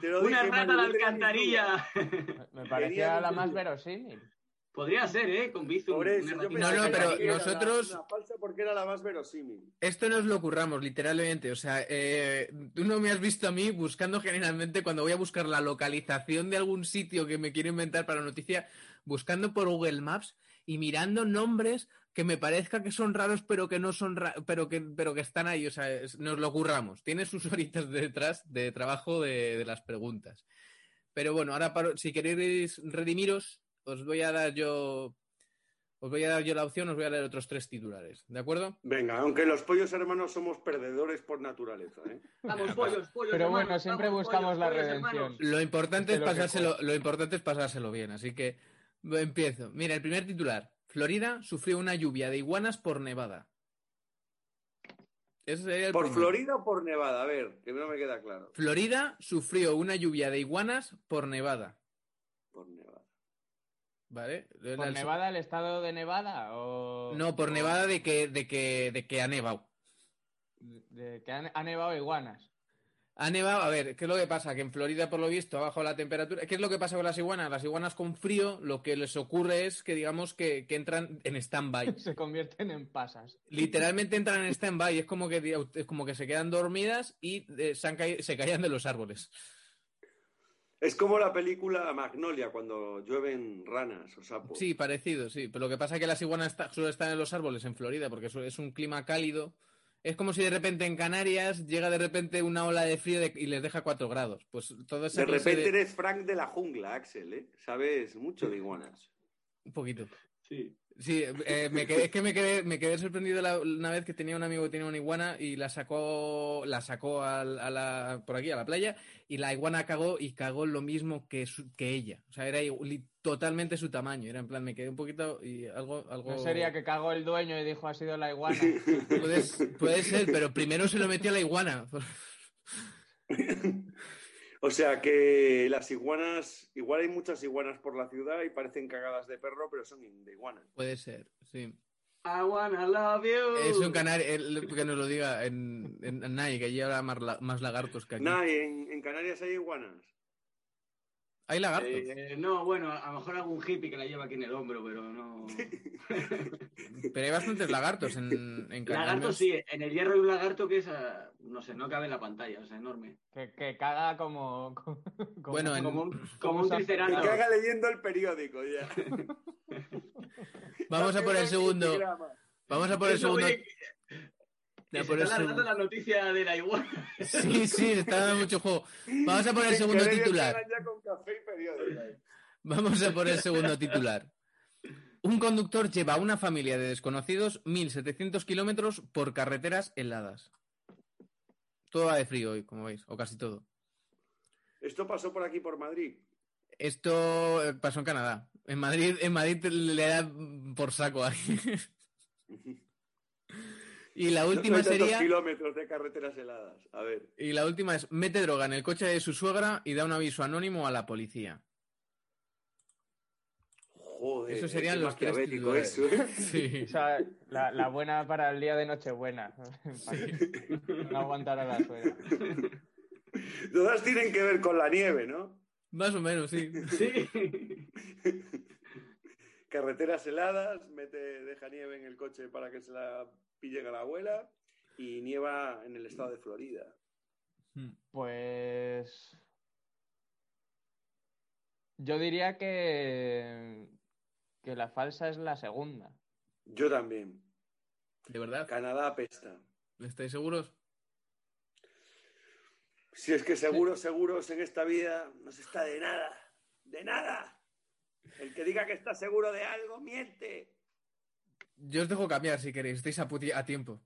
Speaker 5: Te lo
Speaker 2: una
Speaker 5: dije,
Speaker 2: rata a
Speaker 5: Manu,
Speaker 2: la
Speaker 5: no tenías ni
Speaker 2: alcantarilla.
Speaker 4: Me- Me
Speaker 5: Tenía
Speaker 4: parecía la
Speaker 5: mucho
Speaker 4: más
Speaker 5: sentido.
Speaker 4: verosímil.
Speaker 2: Podría ser, ¿eh? Con
Speaker 5: duda.
Speaker 2: Bizum.
Speaker 5: Por eso,
Speaker 2: una
Speaker 5: yo
Speaker 2: ratita
Speaker 3: No, no,
Speaker 5: pensé
Speaker 2: de
Speaker 5: que
Speaker 3: pero
Speaker 5: era
Speaker 2: camarero.
Speaker 5: la-
Speaker 3: nosotros-
Speaker 5: la falsa porque era la más verosímil.
Speaker 3: Esto nos lo curramos, literalmente. O sea, eh, tú no me has visto a mí buscando generalmente cuando voy a buscar la localización de algún sitio que me quiero inventar para noticia, buscando por Google Maps y mirando nombres que me parezca que son raros, pero que no son ra- pero que pero que están ahí. O sea, es- nos lo curramos. Tiene sus horitas detrás de trabajo de, de las preguntas. Pero bueno, ahora paro- si queréis redimiros, os voy a dar yo. Os voy a dar yo la opción, os voy a leer otros tres titulares, ¿de acuerdo?
Speaker 5: Venga, aunque los pollos hermanos somos perdedores por naturaleza. ¿eh?
Speaker 2: Vamos, pollos, pollos.
Speaker 4: Pero
Speaker 2: hermanos,
Speaker 4: bueno, siempre
Speaker 2: vamos,
Speaker 4: buscamos
Speaker 2: pollos,
Speaker 4: la
Speaker 2: pollos,
Speaker 4: redención.
Speaker 2: hermanos.
Speaker 3: Lo importante,
Speaker 4: Es
Speaker 3: es
Speaker 4: que lo que
Speaker 3: pasárselo, lo importante es pasárselo bien, así que empiezo. Mira, el primer titular. Florida sufrió una lluvia de iguanas por nevada. Ese sería el
Speaker 5: ¿Por
Speaker 3: primero.
Speaker 5: Florida o por Nevada? A ver, que no me queda claro.
Speaker 3: Florida sufrió una lluvia de iguanas por nevada.
Speaker 5: Por Nevada.
Speaker 3: ¿Vale?
Speaker 4: ¿Por
Speaker 3: La-
Speaker 4: Nevada, el estado de Nevada? O...
Speaker 3: No, por
Speaker 4: o-
Speaker 3: nevada de que, de que, de que ha nevado.
Speaker 4: de que han, ha nevado iguanas.
Speaker 3: Ha nevado, a ver, ¿qué es lo que pasa? Que en Florida, por lo visto, ha bajado la temperatura. ¿Qué es lo que pasa con las iguanas? Las iguanas con frío, lo que les ocurre es que, digamos, que, que entran en stand-by.
Speaker 4: Se convierten en pasas.
Speaker 3: literalmente entran en stand-by, es como que, di- es como que se quedan dormidas y eh, se, han caí- se caían de los árboles.
Speaker 5: Es como la película Magnolia, cuando llueven ranas o sapos.
Speaker 3: Sí, parecido, sí. Pero lo que pasa es que las iguanas está- solo están en los árboles en Florida porque eso es un clima cálido. Es como si de repente en Canarias llega de repente una ola de frío de- y les deja 4 grados. Pues todo ese
Speaker 5: De repente eres Frank de la jungla, Axel, ¿eh? Sabes mucho de iguanas.
Speaker 3: Un poquito.
Speaker 2: Sí.
Speaker 3: Sí, eh, me quedé, es que me quedé, me quedé sorprendido la- una vez que tenía un amigo que tenía una iguana y la sacó, la sacó al- a, la, por aquí, a la playa, y la iguana cagó y cagó lo mismo que, su- que ella. O sea, era igu- li- totalmente su tamaño. Era en plan, me quedé un poquito y algo... algo...
Speaker 4: No sería que cagó el dueño y dijo ha sido la iguana.
Speaker 3: Puedes- puede ser, pero primero se lo metió a la iguana.
Speaker 5: O sea que las iguanas, igual hay muchas iguanas por la ciudad y parecen cagadas de perro, pero son de iguana.
Speaker 3: Puede ser, sí.
Speaker 2: I wanna love you.
Speaker 3: Es un canal el- que nos lo diga en, en, en Nike, que allí habrá más, la- más lagartos que aquí.
Speaker 5: Nah, ¿y en, en Canarias hay iguanas.
Speaker 3: ¿Hay lagartos?
Speaker 2: Eh, no, bueno, a lo mejor algún hippie que la lleva aquí en el hombro, pero no.
Speaker 3: Pero hay bastantes lagartos en, en Canarias.
Speaker 2: Lagarto sí, en el hierro hay un lagarto que es, ah, no sé, no cabe en la pantalla, o sea, enorme.
Speaker 4: Que, que caga como... como-
Speaker 3: Bueno, en-
Speaker 2: Como un, como un
Speaker 4: sapo.
Speaker 5: Me
Speaker 2: triceratops.
Speaker 5: caga leyendo el periódico ya.
Speaker 3: Vamos a por el segundo. Vamos a por el
Speaker 2: Eso,
Speaker 3: segundo.
Speaker 2: oye,
Speaker 3: a
Speaker 2: que
Speaker 3: por
Speaker 2: se
Speaker 3: el
Speaker 2: está alargando
Speaker 3: segundo.
Speaker 2: la noticia de la iguana.
Speaker 3: Sí, sí, está dando mucho juego. Vamos a por el segundo titular.
Speaker 5: Ya con café y periódico.
Speaker 3: Vamos a por el segundo titular. Un conductor lleva a una familia de desconocidos 1.700 kilómetros por carreteras heladas. Todo va de frío hoy, como veis, o casi todo.
Speaker 5: Esto pasó por aquí, por Madrid.
Speaker 3: Esto eh, pasó en Canadá. En Madrid, en Madrid le da por saco ahí. Y la última
Speaker 5: No hay tantos
Speaker 3: sería...
Speaker 5: kilómetros de carreteras heladas. A ver.
Speaker 3: Y la última es, mete droga en el coche de su suegra y da un aviso anónimo a la policía.
Speaker 5: Joder.
Speaker 3: Eso serían
Speaker 5: qué
Speaker 3: los tres
Speaker 5: maquiavélico
Speaker 3: titulares.
Speaker 5: eso, ¿eh?
Speaker 3: Sí.
Speaker 4: O sea, la, la buena para el día de Nochebuena. Para que No aguantar a la suegra.
Speaker 5: Todas tienen que ver con la nieve, ¿no?
Speaker 3: Más o menos, sí.
Speaker 2: Sí.
Speaker 5: Carreteras heladas, mete, deja nieve en el coche para que se la pille a la abuela y nieva en el estado de Florida.
Speaker 3: Mm,
Speaker 4: Pues. Yo diría que. Que la falsa es la segunda.
Speaker 5: Yo también.
Speaker 3: ¿De verdad?
Speaker 5: Canadá apesta.
Speaker 3: ¿Estáis seguros?
Speaker 5: Si es que seguros, seguros en esta vida no se está de nada. De nada. El que diga que está seguro de algo, miente.
Speaker 3: Yo os dejo cambiar si queréis, estáis a, puti- a tiempo.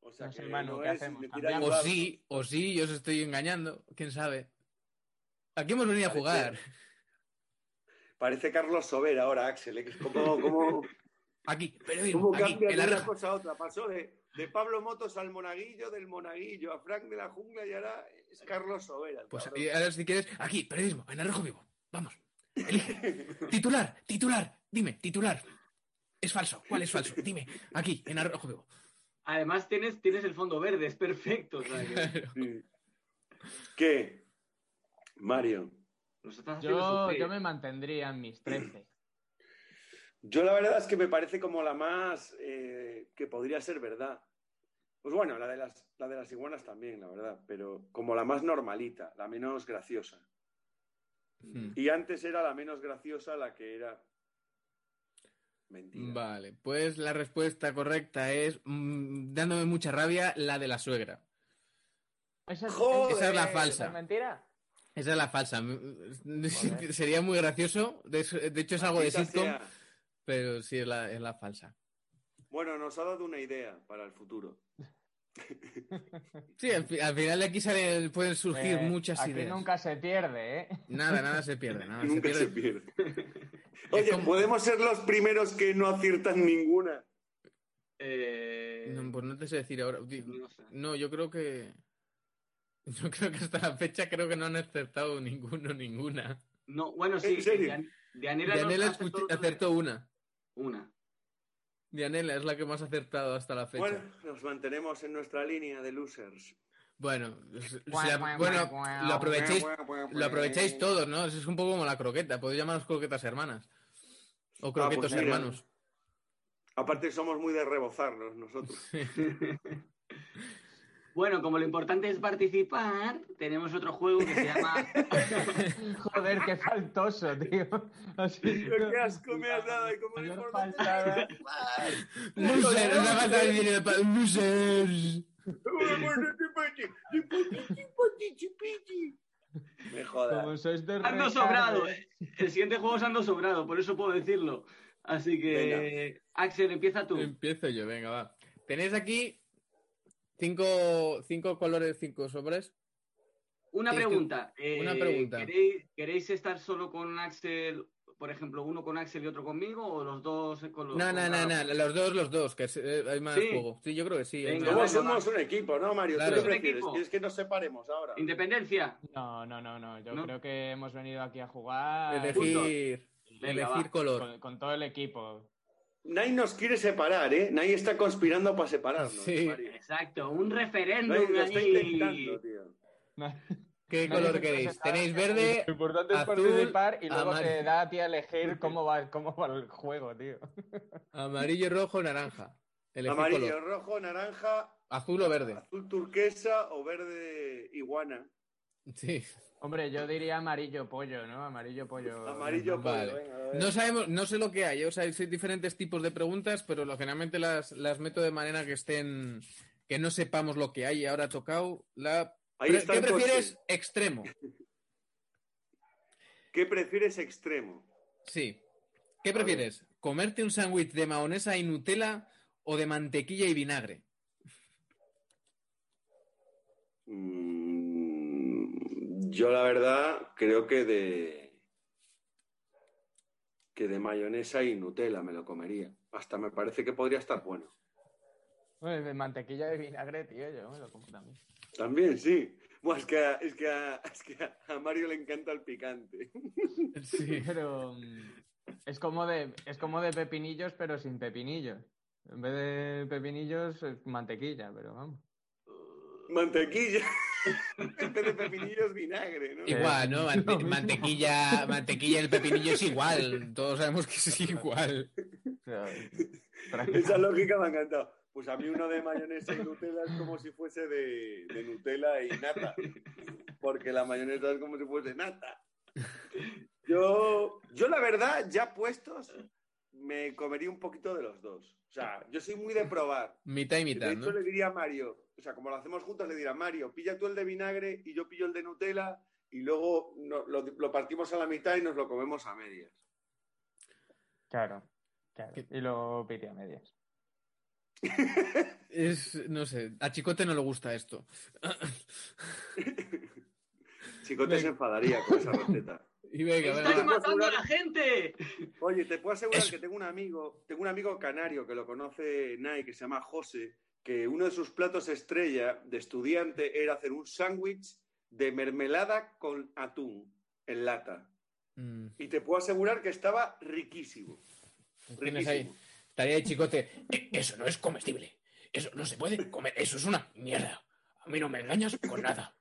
Speaker 5: O sea,
Speaker 4: No sé,
Speaker 5: que
Speaker 4: Manu,
Speaker 5: no
Speaker 4: ¿qué
Speaker 5: es,
Speaker 4: hacemos?
Speaker 5: le tira
Speaker 4: ¿Cambiamos?
Speaker 5: un
Speaker 3: O
Speaker 5: dado.
Speaker 3: sí, o sí, yo os estoy engañando, quién sabe. Aquí hemos venido a
Speaker 5: Parece-
Speaker 3: jugar.
Speaker 5: Parece Carlos Sober ahora, Axel. ¿eh? Que es como- como-
Speaker 3: Aquí, pero
Speaker 5: ¿Cómo
Speaker 3: aquí,
Speaker 5: cambia
Speaker 3: en la
Speaker 5: de una
Speaker 3: reja.
Speaker 5: cosa a otra? Pasó de, de Pablo Motos al Monaguillo, del Monaguillo a Frank de la Jungla y ahora es Carlos Sobera. el
Speaker 3: Pues
Speaker 5: cabrón.
Speaker 3: y ahora si quieres, aquí, periodismo, en Arrojo Vivo. Vamos. Elige. titular, titular, dime, titular. Es falso. ¿Cuál es falso? Dime, aquí, en Arrojo Vivo.
Speaker 2: Además, tienes, tienes el fondo verde, es perfecto. o sea que
Speaker 5: Sí. ¿Qué? Mario.
Speaker 2: nos estás haciendo
Speaker 4: Yo,
Speaker 2: sufrir.
Speaker 4: yo me mantendría en mis 13.
Speaker 5: Yo la verdad es que me parece como la más eh, que podría ser verdad. Pues bueno, la de, las, la de las iguanas también, la verdad, pero como la más normalita, la menos graciosa.
Speaker 3: Hmm.
Speaker 5: Y antes era la menos graciosa la que era mentira.
Speaker 3: Vale, pues la respuesta correcta es, mm, dándome mucha rabia, la de la suegra.
Speaker 4: Esa,
Speaker 5: ¡Joder!
Speaker 3: Esa es la falsa.
Speaker 4: ¿esa es mentira?
Speaker 3: Esa es la falsa.
Speaker 4: Joder.
Speaker 3: Sería muy gracioso. De, eso- de hecho, es algo de
Speaker 5: Maldita
Speaker 3: sitcom,
Speaker 5: sea.
Speaker 3: pero sí es la, es la falsa.
Speaker 5: Bueno, nos ha dado una idea para el futuro.
Speaker 3: Sí, al, fi- al final de aquí salen- pueden surgir
Speaker 4: Eh,
Speaker 3: muchas
Speaker 4: aquí
Speaker 3: ideas.
Speaker 4: nunca se pierde, ¿eh?
Speaker 3: Nada, nada se pierde. Nada Ah, se
Speaker 5: Nunca
Speaker 3: pierde.
Speaker 5: se pierde. Oye,
Speaker 3: como-
Speaker 5: podemos ser los primeros que no aciertan ninguna.
Speaker 2: Eh,
Speaker 3: No, pues no te sé decir ahora. Di-
Speaker 2: no sé.
Speaker 3: No, yo creo que. Yo creo que hasta la fecha creo que no han acertado ninguno, ninguna.
Speaker 2: No, bueno,
Speaker 5: ¿En
Speaker 2: sí,
Speaker 5: serio?
Speaker 2: Dan- Dianela, no-
Speaker 3: Dianela
Speaker 2: acertó
Speaker 3: escuché-
Speaker 2: otro-
Speaker 3: acertó una.
Speaker 2: una.
Speaker 3: Dianela es la que más ha acertado hasta la fecha.
Speaker 5: Bueno, nos mantenemos en nuestra línea de losers.
Speaker 3: Bueno, se-
Speaker 4: Guau,
Speaker 3: se la-
Speaker 4: guau,
Speaker 3: bueno,
Speaker 4: guau, guau.
Speaker 3: lo aprovecháis, lo
Speaker 2: Pues
Speaker 3: aprovecháis todos, ¿no? Es un poco como la croqueta, podéis llamaros croquetas hermanas.
Speaker 2: Ah,
Speaker 3: O croquetos
Speaker 5: pues mira.
Speaker 3: hermanos.
Speaker 5: Aparte somos muy de rebozarnos nosotros.
Speaker 2: Bueno, como lo importante es participar, tenemos otro juego que se llama.
Speaker 4: Joder, qué faltoso, tío. Así,
Speaker 5: Pero qué asco me has dado y como le
Speaker 4: Mayor
Speaker 5: importa-
Speaker 4: faltada.
Speaker 3: Loser, es la falta de dinero pa- losers.
Speaker 5: Me jodas.
Speaker 4: Como sois de
Speaker 2: Ando
Speaker 4: retardo,
Speaker 2: sobrado,
Speaker 4: ¿eh?
Speaker 2: El siguiente juego es Ando Sobrado, por eso puedo decirlo. Así que, Axel, empieza tú.
Speaker 3: Empiezo yo, venga, va. Tenéis aquí cinco, cinco colores, cinco sobres.
Speaker 2: Una
Speaker 3: Sí, es que-
Speaker 2: pregunta. eh,
Speaker 3: una pregunta.
Speaker 2: ¿queréis, queréis estar solo con Axel, por ejemplo, uno con Axel y otro conmigo, o los dos con los
Speaker 3: No, no,
Speaker 2: con
Speaker 3: no,
Speaker 2: cada-
Speaker 3: no, los dos, los dos, que es- eh, hay más
Speaker 2: Sí.
Speaker 3: juego. Sí, yo creo que sí. eh, hay
Speaker 2: Venga,
Speaker 3: más.
Speaker 5: Somos,
Speaker 2: vale,
Speaker 5: somos un equipo, ¿no, Mario?
Speaker 3: Claro.
Speaker 5: ¿Tú
Speaker 3: Es
Speaker 5: qué
Speaker 2: un
Speaker 5: prefieres?
Speaker 2: equipo.
Speaker 5: ¿Quieres que nos separemos ahora?
Speaker 2: Independencia.
Speaker 4: No, no, no, no. Yo
Speaker 2: ¿No?
Speaker 4: creo que hemos venido aquí a jugar
Speaker 3: Elegir,
Speaker 2: Venga,
Speaker 3: elegir
Speaker 2: va.
Speaker 3: color.
Speaker 4: con, con todo el equipo.
Speaker 5: Nay nos quiere separar, ¿eh? Nay está conspirando para separarnos.
Speaker 3: Sí.
Speaker 5: Mario.
Speaker 2: Exacto, un referéndum.
Speaker 5: Nay lo está
Speaker 2: ahí.
Speaker 5: intentando, tío.
Speaker 3: ¿Qué
Speaker 4: No
Speaker 3: color
Speaker 4: necesito
Speaker 3: queréis?
Speaker 4: separar,
Speaker 3: ¿Tenéis
Speaker 4: que no
Speaker 3: verde?
Speaker 4: Lo importante es
Speaker 3: azul,
Speaker 4: participar y luego
Speaker 3: amarillo.
Speaker 4: te da a ti a elegir cómo va, cómo va el juego, tío.
Speaker 3: Amarillo, rojo, naranja. Elegir
Speaker 5: Amarillo,
Speaker 3: color.
Speaker 5: rojo, naranja,
Speaker 3: Azul o verde.
Speaker 5: azul turquesa o verde iguana.
Speaker 3: Sí.
Speaker 4: Hombre, yo diría amarillo pollo, ¿no? Amarillo pollo.
Speaker 5: Amarillo,
Speaker 3: Ah, Vale.
Speaker 5: pollo, venga, a ver.
Speaker 3: No sabemos, no sé lo que hay, ¿eh? o sea, hay diferentes tipos de preguntas, pero lo- generalmente las, las meto de manera que estén, que no sepamos lo que hay. Ahora ha tocado la...
Speaker 5: Ahí
Speaker 3: Pre-
Speaker 5: está
Speaker 3: ¿Qué
Speaker 5: el coche.
Speaker 3: prefieres? Extremo.
Speaker 5: ¿Qué prefieres extremo?
Speaker 3: Sí. ¿Qué prefieres? ¿Comerte un sándwich de mahonesa y Nutella o de mantequilla y vinagre?
Speaker 5: Mm, Yo la verdad creo que de que de mayonesa y Nutella me lo comería. Hasta me parece que podría estar bueno.
Speaker 4: Hombre, de mantequilla de vinagre, tío, yo me lo como también.
Speaker 5: También, sí. Buah, es que, a- es que, a- es que a- a Mario le encanta el picante.
Speaker 3: Sí.
Speaker 4: Pero mm, es como de, es como de pepinillos, pero sin pepinillos. En vez de pepinillos, eh, mantequilla, pero vamos.
Speaker 5: Mantequilla. en vez de pepinillos, vinagre, ¿no?
Speaker 4: Eh,
Speaker 3: Igual, ¿no? Mante-
Speaker 4: lo mismo.
Speaker 3: mantequilla, mantequilla y el pepinillo es igual. Todos sabemos que es igual.
Speaker 4: O sea,
Speaker 5: Esa lógica me ha encantado. Pues a mí uno de mayonesa y Nutella es como si fuese de, de Nutella y nata. Porque la mayonesa es como si fuese nata. Yo, yo la verdad, ya puestos, me comería un poquito de los dos. O sea, yo soy muy de probar.
Speaker 3: Mitad y
Speaker 5: De
Speaker 3: mitad,
Speaker 5: hecho,
Speaker 3: ¿no?
Speaker 5: le diría a Mario, o sea, como lo hacemos juntos, le diría, Mario, pilla tú el de vinagre y yo pillo el de Nutella y luego no- lo, lo partimos a la mitad y nos lo comemos a medias.
Speaker 4: Claro, claro.
Speaker 3: ¿Qué?
Speaker 4: Y luego pite a medias.
Speaker 3: Es, no sé, a Chicote no le gusta esto.
Speaker 5: Chicote se enfadaría con esa receta.
Speaker 3: Y venga, venga,
Speaker 2: ¡Estáis
Speaker 5: Vamos
Speaker 3: va.
Speaker 5: a
Speaker 2: matando a
Speaker 5: jugar.
Speaker 2: la gente!
Speaker 5: Oye, te puedo asegurar
Speaker 3: Eso.
Speaker 5: que tengo un amigo, tengo un amigo canario que lo conoce Nai, que se llama José, que uno de sus platos estrella de estudiante era hacer un sándwich de mermelada con atún en lata.
Speaker 3: Mm,
Speaker 5: Y te puedo asegurar que estaba riquísimo.
Speaker 3: tienes ahí,
Speaker 5: Riquísimo.
Speaker 3: Tarea de chicote. "Eh, Eso no es comestible. Eso no se puede comer. Eso es una mierda. A mí no me engañas con nada.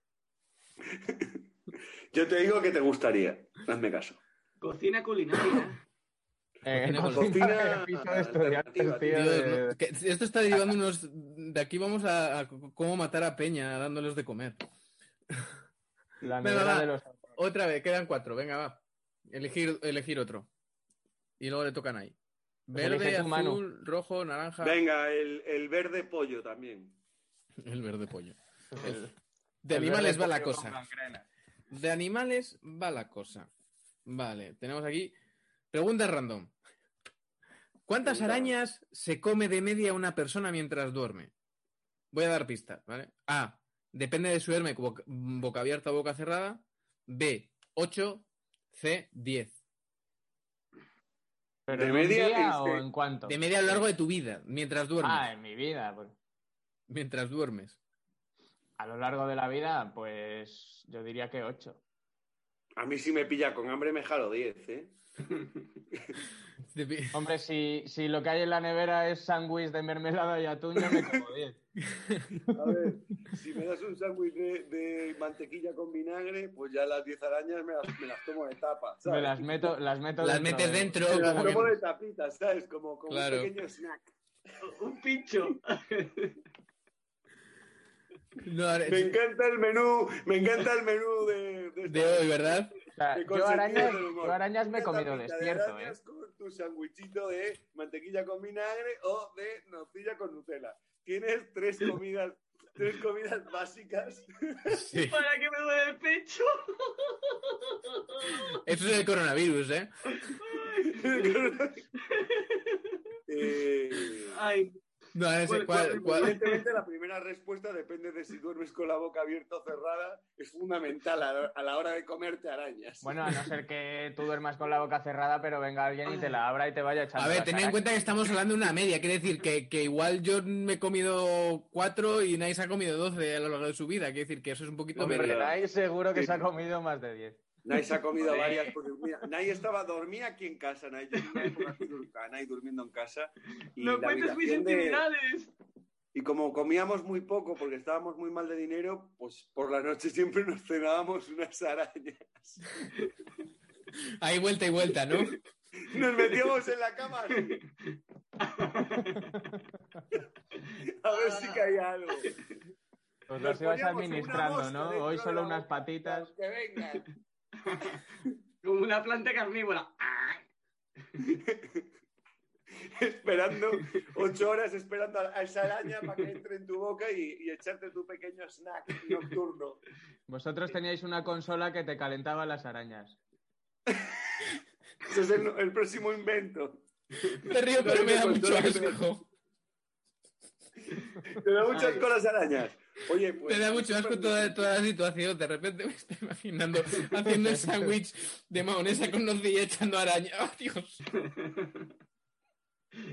Speaker 5: Yo te digo que te gustaría. Hazme caso.
Speaker 2: Cocina culinaria.
Speaker 4: Eh,
Speaker 3: Cocina
Speaker 4: cocina de
Speaker 5: alternativa,
Speaker 4: piso de estudiantes, tío,
Speaker 3: Dios,
Speaker 4: de-
Speaker 3: no, que esto está derivándonos. De aquí vamos a, a c- cómo matar a Peña dándoles de comer.
Speaker 4: la
Speaker 3: Venga,
Speaker 4: nevera
Speaker 3: va.
Speaker 4: de los-
Speaker 3: Otra vez, quedan cuatro. Venga, va. Elegir, elegir otro. Y luego le tocan ahí.
Speaker 4: Pues elige
Speaker 3: Verde,
Speaker 4: tú, Manu.
Speaker 3: azul, rojo, naranja.
Speaker 5: Venga, el, el verde pollo también.
Speaker 3: El verde pollo.
Speaker 4: el-
Speaker 3: De
Speaker 4: el
Speaker 3: animales
Speaker 4: verde
Speaker 3: va la
Speaker 4: pollo con
Speaker 3: cosa.
Speaker 4: gangrena.
Speaker 3: De animales va la cosa. Vale, tenemos aquí preguntas random. ¿Cuántas
Speaker 5: Pregunta
Speaker 3: arañas se come de media una persona mientras duerme? Voy a dar pistas, ¿vale? A. Depende de su herme, boca, boca abierta o boca cerrada. B. 8. C. 10.
Speaker 4: ¿Pero
Speaker 5: De
Speaker 4: en un
Speaker 5: media
Speaker 4: día
Speaker 5: dice-
Speaker 4: o en cuánto?
Speaker 3: De media a lo largo de tu vida, mientras duermes.
Speaker 4: Ah, en mi vida. pues.
Speaker 3: Mientras duermes.
Speaker 4: A lo largo de la vida, pues yo diría que ocho.
Speaker 5: A mí si me pilla con hambre me jalo 10, ¿eh?
Speaker 3: De pi-
Speaker 4: Hombre, si, si lo que hay en la nevera es sándwich de mermelada y atún, yo me como diez.
Speaker 5: A ver, si me das un sándwich de, de mantequilla con vinagre, pues ya las 10 arañas me las, me las tomo de tapa,
Speaker 4: Me
Speaker 5: ¿sabes?
Speaker 4: las meto, las meto
Speaker 3: Las
Speaker 4: dentro
Speaker 3: metes
Speaker 4: de-
Speaker 3: dentro.
Speaker 5: Me las
Speaker 3: como
Speaker 5: tomo
Speaker 3: que-
Speaker 5: de tapita, ¿sabes? Como, como
Speaker 3: Claro.
Speaker 5: un pequeño snack.
Speaker 2: Un pincho.
Speaker 3: No, ahora-
Speaker 5: Me encanta el menú, me encanta el menú de... de
Speaker 3: de hoy, ¿verdad?
Speaker 4: O sea,
Speaker 5: de
Speaker 4: yo,
Speaker 5: consentido
Speaker 4: arañas,
Speaker 5: del humor.
Speaker 4: yo arañas me he
Speaker 5: Una
Speaker 4: comido
Speaker 5: tapita de
Speaker 4: despierto, ¿eh?
Speaker 5: arañas Con tu sándwichito de mantequilla con vinagre o de nocilla con Nutella. Tienes tres comidas, tres comidas básicas.
Speaker 3: Sí.
Speaker 2: ¿Para qué me duele el pecho?
Speaker 3: Eso es el coronavirus, ¿eh?
Speaker 5: Eh,
Speaker 2: Ay,
Speaker 3: No, ahora sí,
Speaker 2: ¿Cuál-
Speaker 3: ¿cuál-
Speaker 2: cuál-
Speaker 3: cuál-
Speaker 5: Evidentemente la primera respuesta depende de si duermes con la boca abierta o cerrada. Es fundamental a la, a la hora de comerte arañas.
Speaker 4: Bueno, a no ser que tú duermas con la boca cerrada, pero venga alguien y te la abra y te vaya echando.
Speaker 3: A ver,
Speaker 4: las
Speaker 3: tened en cuenta que
Speaker 4: arañas.
Speaker 3: estamos hablando de una media, quiere decir que, que igual yo me he comido cuatro y Nice ha comido 12 a lo largo de su vida, quiere decir que eso es un poquito
Speaker 5: Hombre,
Speaker 3: menos.
Speaker 5: verdad.
Speaker 4: Ahí seguro que
Speaker 5: Sí.
Speaker 4: se ha comido más de 10.
Speaker 5: Nay se ha comido
Speaker 2: Joder.
Speaker 5: varias porque mira, Nay estaba dormía aquí en casa, Nay, yo en una época tuve a Nay durmiendo en casa y
Speaker 2: no
Speaker 5: la
Speaker 2: cuentes mis
Speaker 5: habitación de-
Speaker 2: intimidades.
Speaker 5: y como comíamos muy poco porque estábamos muy mal de dinero, pues por la noche siempre nos cenábamos unas arañas.
Speaker 3: Hay vuelta y vuelta, ¿no?
Speaker 5: Nos metíamos en la cama así, a ver si caía algo.
Speaker 4: Pues
Speaker 5: Nos
Speaker 4: los ibas
Speaker 5: poníamos una
Speaker 4: administrando,
Speaker 5: mosca
Speaker 4: ¿no?
Speaker 5: dentro
Speaker 4: Hoy
Speaker 5: de
Speaker 4: solo
Speaker 5: la
Speaker 4: unas
Speaker 5: boca,
Speaker 4: patitas.
Speaker 5: Que vengan.
Speaker 2: Como una planta carnívora. Ah.
Speaker 5: esperando, ocho horas esperando a a esa araña para que entre en tu boca y, y echarte tu pequeño snack nocturno.
Speaker 4: Vosotros teníais una consola que te calentaba las arañas.
Speaker 5: Ese es el, el próximo invento.
Speaker 3: Te río, pero me da mucho asco.
Speaker 5: Te da muchas
Speaker 2: Ay.
Speaker 5: con las arañas. Oye, pues.
Speaker 3: Me da mucho asco toda, toda la situación. De repente me estoy imaginando haciendo el sándwich de mahonesa con nocilla echando araña. ¡Oh, Dios!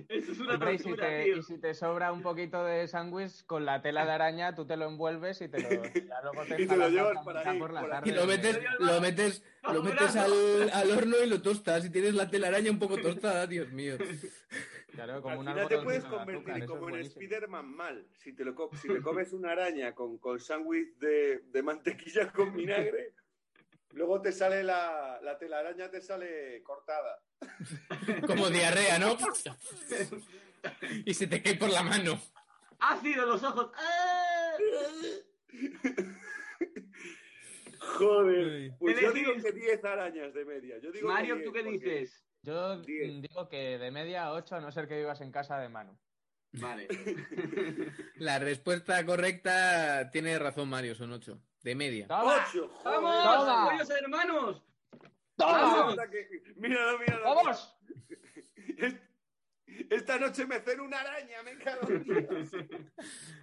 Speaker 2: Eso es una
Speaker 4: Hombre, Y si,
Speaker 2: tortura,
Speaker 4: te,
Speaker 2: tío.
Speaker 4: y si te sobra un poquito de sándwich, con la tela de araña tú te lo envuelves y te lo, ya luego
Speaker 5: Y te
Speaker 4: jalas
Speaker 5: lo
Speaker 4: la
Speaker 5: llevas
Speaker 4: camisa
Speaker 5: para ahí,
Speaker 4: por la
Speaker 5: por
Speaker 4: tarde.
Speaker 3: Y lo metes, lo metes, lo metes al, al horno y lo tostas. Y tienes la telaraña un poco tostada, Dios mío.
Speaker 4: Claro, como
Speaker 5: Al
Speaker 4: un
Speaker 5: final te
Speaker 4: algodoncito
Speaker 5: puedes
Speaker 4: de
Speaker 5: convertir
Speaker 4: azúcar, eso es
Speaker 5: como en
Speaker 4: buenísimo.
Speaker 5: Spider-Man mal. Si te, lo co- si te comes una araña con, con sándwich de, de mantequilla con vinagre, luego te sale la, la telaraña, te sale cortada.
Speaker 3: Como diarrea, ¿no? Y se te cae por la mano.
Speaker 2: Ácido en los ojos. ¡Ah!
Speaker 5: Joder. Pues
Speaker 2: Te
Speaker 5: yo
Speaker 2: decides.
Speaker 5: digo que 10 arañas de media. Yo digo que
Speaker 2: Mario,
Speaker 5: 10,
Speaker 2: ¿tú qué
Speaker 5: porque-
Speaker 2: dices?
Speaker 4: Yo
Speaker 5: Diez.
Speaker 4: digo que de media a ocho, a no ser que vivas en casa de mano.
Speaker 2: Vale.
Speaker 3: La respuesta correcta tiene razón Mario, son ocho. De media.
Speaker 4: ¡Toma!
Speaker 5: ¡Ocho! joder.
Speaker 2: ¡Vamos,
Speaker 4: Toma.
Speaker 2: pollos hermanos!
Speaker 5: ¡Vamos!
Speaker 2: ¡Vamos!
Speaker 5: Anda que- Míralo, míralo.
Speaker 4: ¡Vamos!
Speaker 5: Es- Esta noche me ceno una araña, me cago en Dios.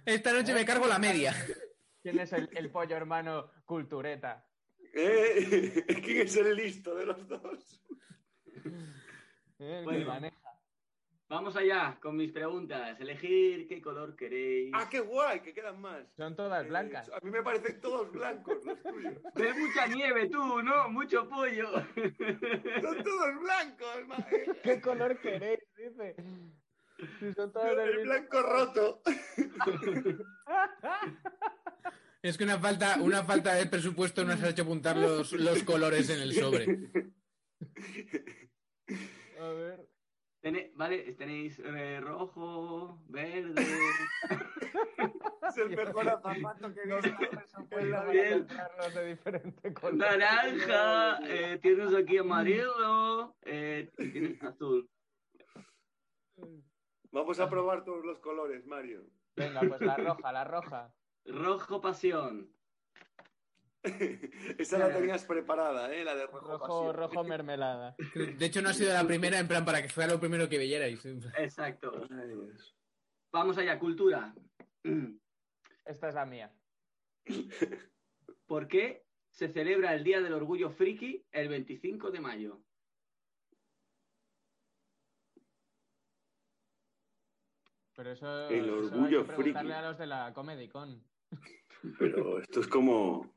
Speaker 3: Esta noche me cargo la media.
Speaker 4: ¿Quién es el, el pollo hermano cultureta?
Speaker 5: Eh, ¿Quién es el listo de los dos?
Speaker 4: ¿Eh? El que
Speaker 2: Bueno.
Speaker 4: maneja.
Speaker 2: Vamos allá con mis preguntas. Elegir qué color queréis.
Speaker 5: Ah, qué guay, que quedan más.
Speaker 4: Son todas
Speaker 5: Eh,
Speaker 4: blancas.
Speaker 5: a mí me parecen todos blancos los tuyos.
Speaker 2: Ves mucha nieve tú, ¿no? Mucho pollo.
Speaker 5: Son todos blancos, ma- eh.
Speaker 4: ¿Qué color queréis? Dice. Si son todas del
Speaker 5: El
Speaker 4: mismo-
Speaker 5: blanco roto.
Speaker 3: Es que una falta, una falta de presupuesto nos ha hecho apuntar los, los colores en el sobre.
Speaker 4: A ver.
Speaker 2: Tené- vale, tenéis eh, rojo, verde.
Speaker 5: Es el mejor
Speaker 4: zapato que no
Speaker 2: Bien.
Speaker 4: comprarlos de diferente color.
Speaker 2: Naranja, eh, tienes aquí amarillo, eh, y tienes azul.
Speaker 5: Vamos a probar todos los colores, Mario.
Speaker 4: Venga, pues la roja, la roja.
Speaker 2: Rojo pasión.
Speaker 5: Esa la tenías preparada, ¿eh? La de rojo.
Speaker 4: Rojo,
Speaker 5: pasión.
Speaker 4: rojo mermelada.
Speaker 3: De hecho, no ha sido la primera, en plan, para que fuera lo primero que veyerais.
Speaker 2: Exacto.
Speaker 5: Ay, Dios.
Speaker 2: Vamos allá, cultura.
Speaker 4: Esta es la mía.
Speaker 2: ¿Por qué se celebra el Día del Orgullo Friki el 25 de mayo?
Speaker 4: Pero eso,
Speaker 5: El
Speaker 4: eso
Speaker 5: orgullo
Speaker 4: hay que preguntarle
Speaker 5: friki.
Speaker 4: a los de la Comedy Con.
Speaker 5: Pero esto es como.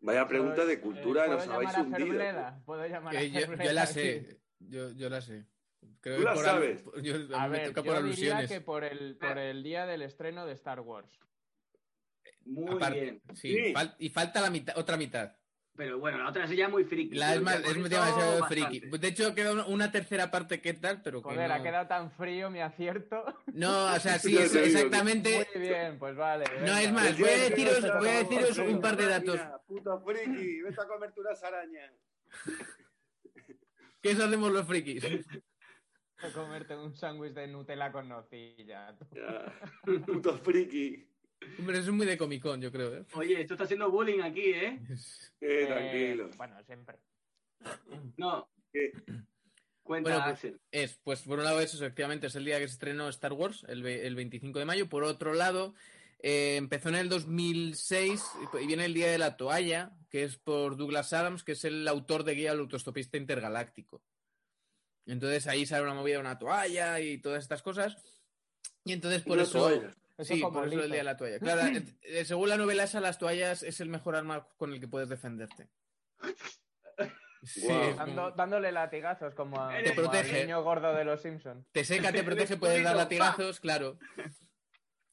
Speaker 5: Vaya pregunta de cultura,
Speaker 4: Eh, ¿puedo
Speaker 5: nos habéis
Speaker 4: llamar a
Speaker 5: hundido.
Speaker 4: Ferbleda? Puedo llamar a
Speaker 3: Que eh, yo,
Speaker 4: Ferbleda
Speaker 3: yo la
Speaker 4: aquí?
Speaker 3: sé, yo, yo la sé. Creo
Speaker 5: Tú la
Speaker 3: al-
Speaker 5: sabes.
Speaker 3: yo- a
Speaker 4: A
Speaker 3: mí me
Speaker 4: ver,
Speaker 3: toca
Speaker 4: yo
Speaker 3: por
Speaker 4: diría
Speaker 3: alusiones.
Speaker 4: que por el, por el día del estreno de Star Wars.
Speaker 2: Muy
Speaker 3: Aparte,
Speaker 2: bien.
Speaker 3: sí,
Speaker 5: Sí.
Speaker 3: fal- y falta la mitad, otra mitad.
Speaker 2: Pero bueno, la otra es ya muy friki.
Speaker 3: La
Speaker 2: pero
Speaker 3: es, más-
Speaker 2: ya con
Speaker 3: es
Speaker 2: eso
Speaker 3: demasiado
Speaker 2: bastante.
Speaker 3: friki. De hecho, queda una, una tercera parte que tal, pero que
Speaker 4: Joder,
Speaker 3: no...
Speaker 4: ha quedado tan frío mi acierto.
Speaker 3: No, o sea, sí,
Speaker 5: Ya
Speaker 3: es-
Speaker 5: te digo que-
Speaker 3: exactamente.
Speaker 4: Muy bien, pues vale.
Speaker 3: No,
Speaker 4: venga.
Speaker 3: es más, voy a deciros, voy a deciros un par de datos.
Speaker 5: Mira, Puto friki, vete a comer tú las arañas.
Speaker 3: ¿Qué eso hacemos los frikis?
Speaker 4: Voy a Comerte un sándwich de Nutella con nocilla.
Speaker 5: Ya, Puto friki.
Speaker 3: Hombre, eso es muy de Comic Con, yo creo. ¿eh?
Speaker 2: Oye, esto está haciendo bullying aquí, ¿eh?
Speaker 5: Eh,
Speaker 4: Eh,
Speaker 5: tranquilo.
Speaker 4: Bueno, siempre.
Speaker 2: No.
Speaker 5: Eh.
Speaker 2: Cuenta,
Speaker 3: Bueno, pues-
Speaker 2: Axel.
Speaker 3: Es, pues por un lado eso, efectivamente, es el día que se estrenó Star Wars, el, ve- el 25 de mayo. Por otro lado, eh, empezó en el 2006 y- y viene el Día de la Toalla, que es por Douglas Adams, que es el autor de Guía al Autostopista Intergaláctico. Entonces ahí sale una movida de una toalla y todas estas cosas. Y entonces por
Speaker 5: Una
Speaker 3: eso...
Speaker 5: toalla.
Speaker 4: Eso
Speaker 3: Sí,
Speaker 4: como
Speaker 3: por eso el
Speaker 4: Lito.
Speaker 3: día de la toalla. Claro, eh, eh, según la novela esa, las toallas es el mejor arma con el que puedes defenderte. Sí,
Speaker 5: Guau.
Speaker 3: es como-
Speaker 4: Dando- dándole latigazos como, a,
Speaker 2: Te
Speaker 4: como al
Speaker 3: protege.
Speaker 4: niño gordo de los Simpsons.
Speaker 3: te seca, te protege, puedes dar latigazos, claro.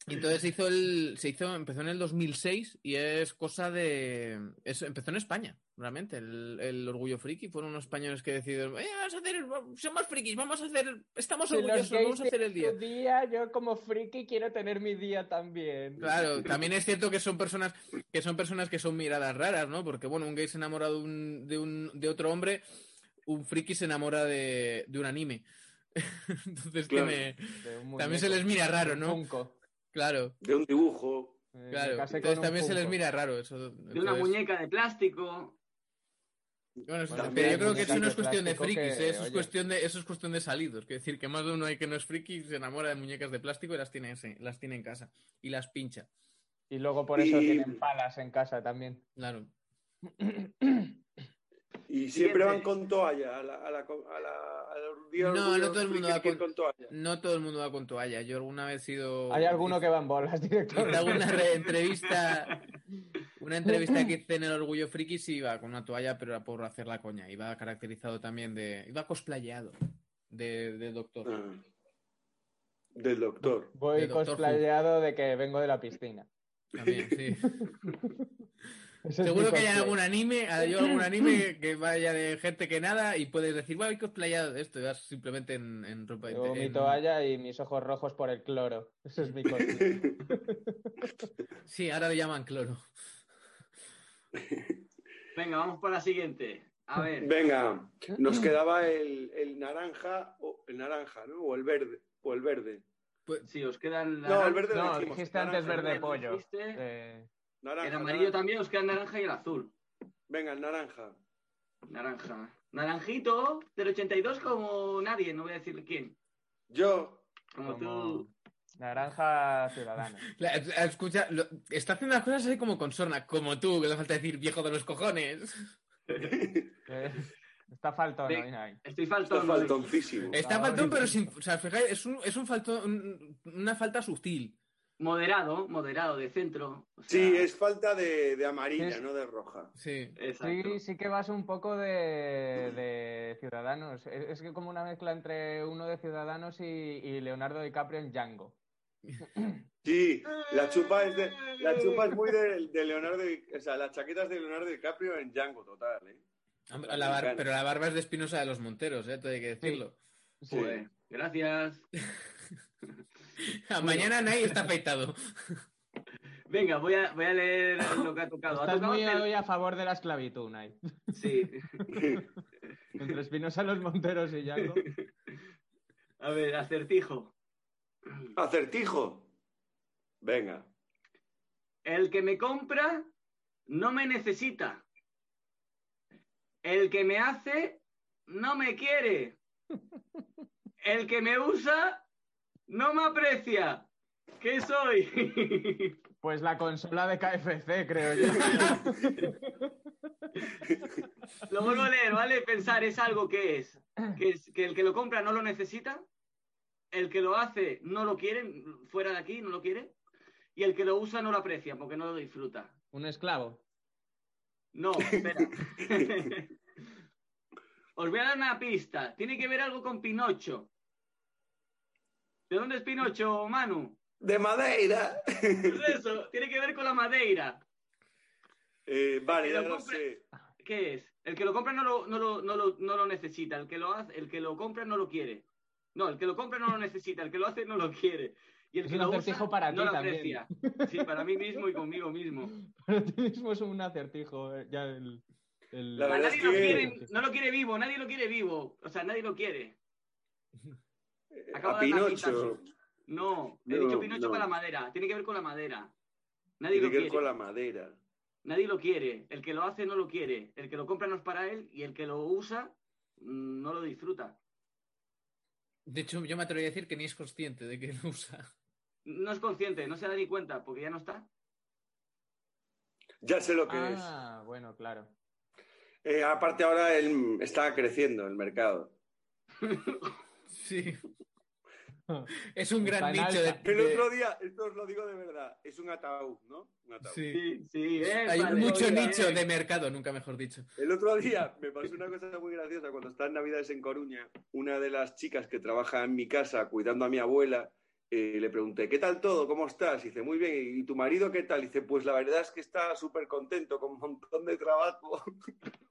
Speaker 3: Y Entonces se hizo el, se hizo, empezó en el 2006 y es cosa de, es- empezó en España, realmente, el, el orgullo friki. Fueron unos españoles que decidieron, "Eh, vamos a hacer, somos frikis, vamos a hacer, estamos orgullosos, vamos a hacer el día.
Speaker 4: día, yo como friki quiero tener mi día también.
Speaker 3: Claro, también es cierto que son personas que son personas que son miradas raras, ¿no? Porque bueno, un gay se enamora de un, de un de otro hombre, un friki se enamora de, de un anime. Entonces
Speaker 5: Claro.
Speaker 3: tiene-
Speaker 4: De un
Speaker 3: también
Speaker 4: muñeco.
Speaker 3: se les mira raro,
Speaker 4: Un
Speaker 3: ¿no?
Speaker 4: Funko.
Speaker 3: Claro,
Speaker 5: De un dibujo.
Speaker 4: Eh, me
Speaker 3: claro.
Speaker 4: casé con
Speaker 3: Entonces
Speaker 4: un
Speaker 3: también se les
Speaker 4: Funko.
Speaker 3: mira raro eso.
Speaker 2: De una
Speaker 3: entonces-
Speaker 2: muñeca de plástico.
Speaker 3: Bueno, eso-
Speaker 5: También
Speaker 3: pero
Speaker 5: hay
Speaker 3: yo creo que eso
Speaker 4: muñecas
Speaker 3: no
Speaker 4: de
Speaker 3: es cuestión de
Speaker 4: plástico
Speaker 3: frikis,
Speaker 4: que,
Speaker 3: ¿eh? eso, es
Speaker 4: oye.
Speaker 3: cuestión de, eso es cuestión de salidos. Que decir que más de uno hay que no es friki y se enamora de muñecas de plástico y las tiene, en- las tiene en casa y las pincha.
Speaker 4: Y luego por eso
Speaker 5: Y-
Speaker 4: tienen palas en casa también.
Speaker 3: Claro.
Speaker 5: Y
Speaker 2: Siguiente.
Speaker 5: siempre van con toalla a la, a la, co- a la- al día
Speaker 3: No,
Speaker 5: del
Speaker 3: no
Speaker 5: orgullo
Speaker 3: todo el mundo
Speaker 5: friki
Speaker 3: va
Speaker 5: que ir
Speaker 3: con-
Speaker 5: con toalla.
Speaker 3: No todo el mundo va con toalla. Yo alguna vez he sido.
Speaker 4: Hay alguno que va en bolas
Speaker 3: En
Speaker 4: directamente.
Speaker 3: alguna re- entrevista, una entrevista que hice en el Orgullo Friki, sí iba con una toalla, pero era por hacer la coña. Iba caracterizado también de. Iba cosplayado de, de doctor.
Speaker 5: Ah. Del doctor.
Speaker 3: de
Speaker 4: Voy
Speaker 3: Doctor Who.
Speaker 4: cosplayado de que vengo de la piscina.
Speaker 3: También, sí.
Speaker 4: Ese es mi
Speaker 3: Seguro que hay
Speaker 4: cosplay.
Speaker 3: algún anime, hay algún anime que vaya de gente que nada y puedes decir, voy cosplayado de esto. Y vas simplemente en, pues, en ropa de
Speaker 4: Llevo mi toalla y mis ojos rojos por el cloro. Ese es mi cosplay.
Speaker 3: Sí, ahora le llaman cloro.
Speaker 2: Venga, vamos para la siguiente. A ver,
Speaker 5: Venga, nos quedaba el, el naranja, o el naranja, ¿no? O el verde. O el verde.
Speaker 2: si os quedan.
Speaker 5: No, el verde
Speaker 4: No,
Speaker 5: lo dijimos.
Speaker 4: dijiste antes
Speaker 5: Naranja,
Speaker 4: verde
Speaker 5: naranja,
Speaker 4: pollo.
Speaker 2: dijiste.
Speaker 4: Eh,
Speaker 5: Naranja,
Speaker 2: El amarillo
Speaker 5: naranja.
Speaker 2: también os queda el naranja y el azul.
Speaker 5: Venga, el naranja.
Speaker 2: Naranja. Naranjito del 82 como nadie, no voy a decir quién.
Speaker 5: Yo,
Speaker 2: Como,
Speaker 4: como
Speaker 2: tú.
Speaker 4: naranja ciudadana.
Speaker 3: La- escucha, lo- está haciendo las cosas así como con sorna, como tú, que le falta decir viejo de los cojones.
Speaker 4: Eh, Está faltón
Speaker 2: Ve-
Speaker 4: hoy, Nai.
Speaker 2: Estoy
Speaker 5: está
Speaker 2: faltón. hoy.
Speaker 5: faltoncísimo.
Speaker 3: Está
Speaker 4: Ah,
Speaker 3: faltón,
Speaker 4: sí.
Speaker 3: pero sin. O sea, fijáis, es un, es un faltón, un- una falta sutil.
Speaker 2: Moderado, moderado, de centro. o sea,
Speaker 5: Sí, es falta de, de amarilla,
Speaker 4: Sí.
Speaker 5: no de roja.
Speaker 3: Sí.
Speaker 2: exacto.
Speaker 4: Sí, sí que vas un poco de, de Ciudadanos. Es, es que como una mezcla entre uno de Ciudadanos y, y Leonardo DiCaprio en Django.
Speaker 5: Sí, la chupa es, de- la chupa es muy de, de Leonardo, Di- o sea, las chaquetas de Leonardo DiCaprio en Django, total, ¿eh?
Speaker 3: Hombre, la bar- pero la barba es de Espinosa de los Monteros, ¿eh? Todo hay que decirlo.
Speaker 4: Sí.
Speaker 2: Joder, Pues, gracias.
Speaker 3: Mañana nadie está afeitado.
Speaker 2: Venga, voy a, voy a leer lo que ha tocado. Ha
Speaker 4: Estás
Speaker 2: tocado
Speaker 4: muy
Speaker 2: tel-
Speaker 4: hoy a favor de la esclavitud, Unai.
Speaker 2: Sí.
Speaker 5: ¿eh?
Speaker 4: Entre Espinosa, los Monteros y Django.
Speaker 2: A ver, acertijo.
Speaker 5: Acertijo. Venga.
Speaker 2: El que me compra no me necesita. El que me hace no me quiere. El que me usa no me aprecia. ¿Qué soy?
Speaker 4: Pues la consola de KFC, creo yo.
Speaker 2: lo vuelvo a leer, ¿vale? Pensar es algo que es. Que, es- que el que lo compra no lo necesita. El que lo hace no lo quiere, fuera de aquí no lo quiere. Y el que lo usa no lo aprecia porque no lo disfruta.
Speaker 4: Un esclavo.
Speaker 2: No, espera. Os voy a dar una pista. Tiene que ver algo con Pinocho. ¿De dónde es Pinocho, Manu?
Speaker 5: De Madeira.
Speaker 2: Pues eso, tiene que ver con la madeira.
Speaker 5: Eh, vale,
Speaker 2: Que
Speaker 5: ya
Speaker 2: lo
Speaker 5: lo
Speaker 2: compre-
Speaker 5: sé.
Speaker 2: ¿Qué es? El que lo compra no lo, no lo- no lo- no lo necesita. El que lo hace, el que lo compra no lo quiere. No, el que lo compra no lo necesita. El que lo hace no lo quiere. Y el
Speaker 4: Es
Speaker 2: que
Speaker 4: un
Speaker 2: lo
Speaker 4: acertijo
Speaker 2: usa
Speaker 4: para
Speaker 2: no
Speaker 4: ti
Speaker 2: lo
Speaker 4: también.
Speaker 2: aprecia. Sí, para mí mismo y conmigo mismo.
Speaker 4: Pero tú mismo es un acertijo. eh, Ya el, el-
Speaker 5: La
Speaker 2: A
Speaker 5: verdad
Speaker 2: nadie
Speaker 5: es
Speaker 2: lo
Speaker 5: que-
Speaker 2: quiere, no lo quiere vivo. Nadie lo quiere vivo. O sea, nadie lo quiere.
Speaker 5: Eh,
Speaker 2: Acabo
Speaker 5: A
Speaker 2: de dar la
Speaker 5: Pinocho.
Speaker 2: pista, No, he
Speaker 5: No,
Speaker 2: dicho Pinocho
Speaker 5: no.
Speaker 2: para la madera. Tiene que ver con la madera. Nadie
Speaker 5: Tiene
Speaker 2: lo
Speaker 5: que
Speaker 2: quiere.
Speaker 5: ver con la madera.
Speaker 2: Nadie lo quiere. El que lo hace no lo quiere. El que lo compra no es para él y el que lo usa mm, no lo disfruta.
Speaker 3: De hecho, yo me atrevo a decir que ni es consciente de que lo usa.
Speaker 2: No es consciente, no se da ni cuenta porque ya no está.
Speaker 5: Ya sé lo que
Speaker 4: Ah, bueno, claro.
Speaker 5: es. Eh, aparte ahora el- está creciendo el mercado.
Speaker 3: Sí. Es un
Speaker 4: Está
Speaker 3: gran
Speaker 4: en
Speaker 3: dicho de,
Speaker 4: alza.
Speaker 5: El
Speaker 3: de-
Speaker 5: otro día, esto os lo digo de verdad, es un ataúd, ¿no? Un ataúd.
Speaker 3: Sí.
Speaker 2: Sí, sí, eh,
Speaker 3: Hay
Speaker 2: vale,
Speaker 3: mucho
Speaker 2: oiga,
Speaker 3: nicho
Speaker 2: eh.
Speaker 3: de mercado, nunca mejor dicho.
Speaker 5: El otro día me pasó una cosa muy graciosa. Cuando estaba en Navidades en Coruña, una de las chicas que trabaja en mi casa cuidando a mi abuela, eh, le pregunté, ¿qué tal todo? ¿Cómo estás? Y dice, muy bien. ¿Y tu marido qué tal? Y dice, pues la verdad es que está súper contento, con un montón de trabajo.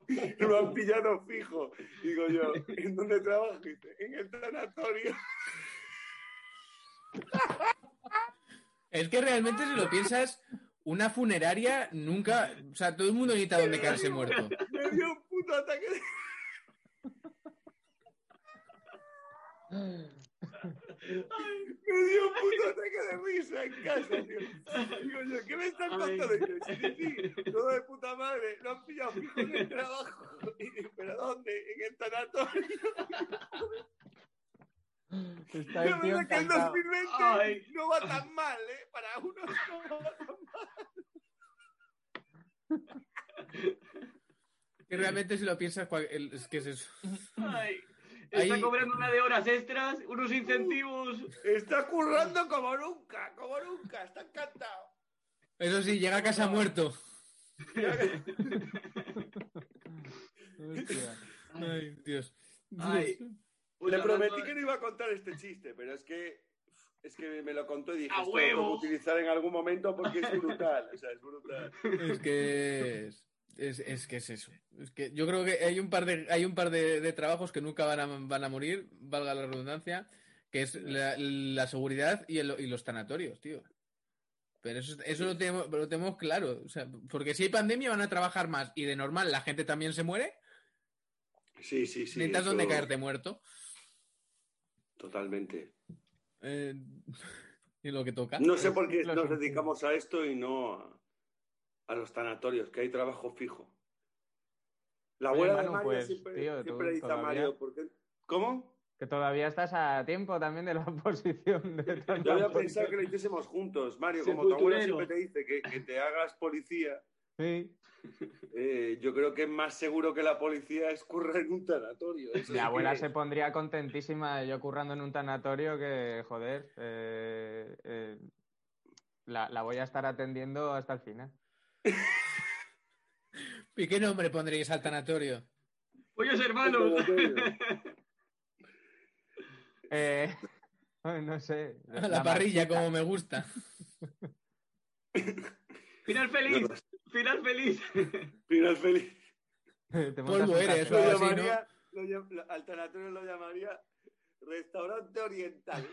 Speaker 5: Lo han pillado fijo. Y digo yo, ¿en dónde trabajo? Y dice, en el tanatorio.
Speaker 3: Es que realmente, si lo piensas, una funeraria nunca. O sea, todo el mundo necesita donde quedarse muerto.
Speaker 5: Me dio un puto ataque de... Me dio un puto ataque de risa en casa, tío. Digo yo, ¿qué me estás
Speaker 2: Ay.
Speaker 5: contando? Y yo, sí, sí, sí, todo de puta madre, lo han pillado fijo en el trabajo. Y digo, ¿pero dónde? En el tanatorio.
Speaker 4: Está
Speaker 5: De
Speaker 4: el tío
Speaker 5: verdad que el
Speaker 4: encantado.
Speaker 5: 2020
Speaker 2: Ay.
Speaker 5: no va tan mal, ¿eh? Para unos no va tan mal.
Speaker 3: Que realmente, si lo piensas, cual- el- es que es eso.
Speaker 2: Ay, está
Speaker 3: Ahí-
Speaker 2: cobrando una de horas extras, unos incentivos.
Speaker 5: Está currando como nunca, como nunca, está encantado.
Speaker 3: Eso sí, llega a casa muerto.
Speaker 4: Hostia.
Speaker 3: Ay, Dios.
Speaker 2: Ay. Pues
Speaker 5: Le
Speaker 2: hablando-
Speaker 5: prometí que no iba a contar este chiste, pero es que es que me lo contó y dije,
Speaker 2: ¡A
Speaker 5: esto lo tengo
Speaker 2: huevo!
Speaker 5: que utilizar en algún momento porque es brutal, o sea, es brutal.
Speaker 3: Es que es, es, es que es eso. Es que yo creo que hay un par de, hay un par de, de trabajos que nunca van a, van a morir, valga la redundancia, que es la, la seguridad y, el- y los tanatorios, tío. Pero eso, eso lo, tenemos, lo tenemos claro. O sea, porque si hay pandemia van a trabajar más y de normal la gente también se muere,
Speaker 5: Sí, sí, sí.
Speaker 3: necesitas
Speaker 5: eso-
Speaker 3: donde caerte muerto.
Speaker 5: Totalmente.
Speaker 3: Eh, y lo que toca.
Speaker 5: No sé por qué
Speaker 4: Lo
Speaker 5: nos
Speaker 4: sentido.
Speaker 5: dedicamos a esto y no a, a los tanatorios, que hay trabajo fijo. La
Speaker 4: Oye,
Speaker 5: abuela de
Speaker 4: Manu,
Speaker 5: Mario
Speaker 4: pues,
Speaker 5: siempre,
Speaker 4: tío, tú
Speaker 5: siempre dice a
Speaker 4: todavía-
Speaker 5: Mario, ¿por qué? ¿Cómo?
Speaker 4: Que todavía estás a tiempo también de la posición de
Speaker 5: Yo había
Speaker 4: tanta
Speaker 5: pensado que lo hiciésemos juntos, Mario, como tu
Speaker 2: Sepulturero.
Speaker 5: abuela siempre te dice que, que te hagas policía.
Speaker 4: Sí.
Speaker 5: Eh, yo creo que más seguro que la policía es currar en un tanatorio. Eso sí
Speaker 4: Mi abuela
Speaker 5: que-
Speaker 4: se pondría contentísima yo currando en un tanatorio que, joder, eh, eh, la, la voy a estar atendiendo hasta el final.
Speaker 3: ¿Y qué nombre pondréis al tanatorio?
Speaker 2: eh. Pollos hermanos.
Speaker 4: Eh, no sé.
Speaker 5: Pues
Speaker 3: A la parrilla, como me gusta.
Speaker 2: Final feliz. Final feliz.
Speaker 5: Final feliz.
Speaker 4: Te montas
Speaker 3: Polvo
Speaker 4: un
Speaker 3: eres,
Speaker 4: café.
Speaker 3: Claro, sí,
Speaker 5: Lo llamaría, lo llam- lo- al tanatorio lo llamaría restaurante oriental.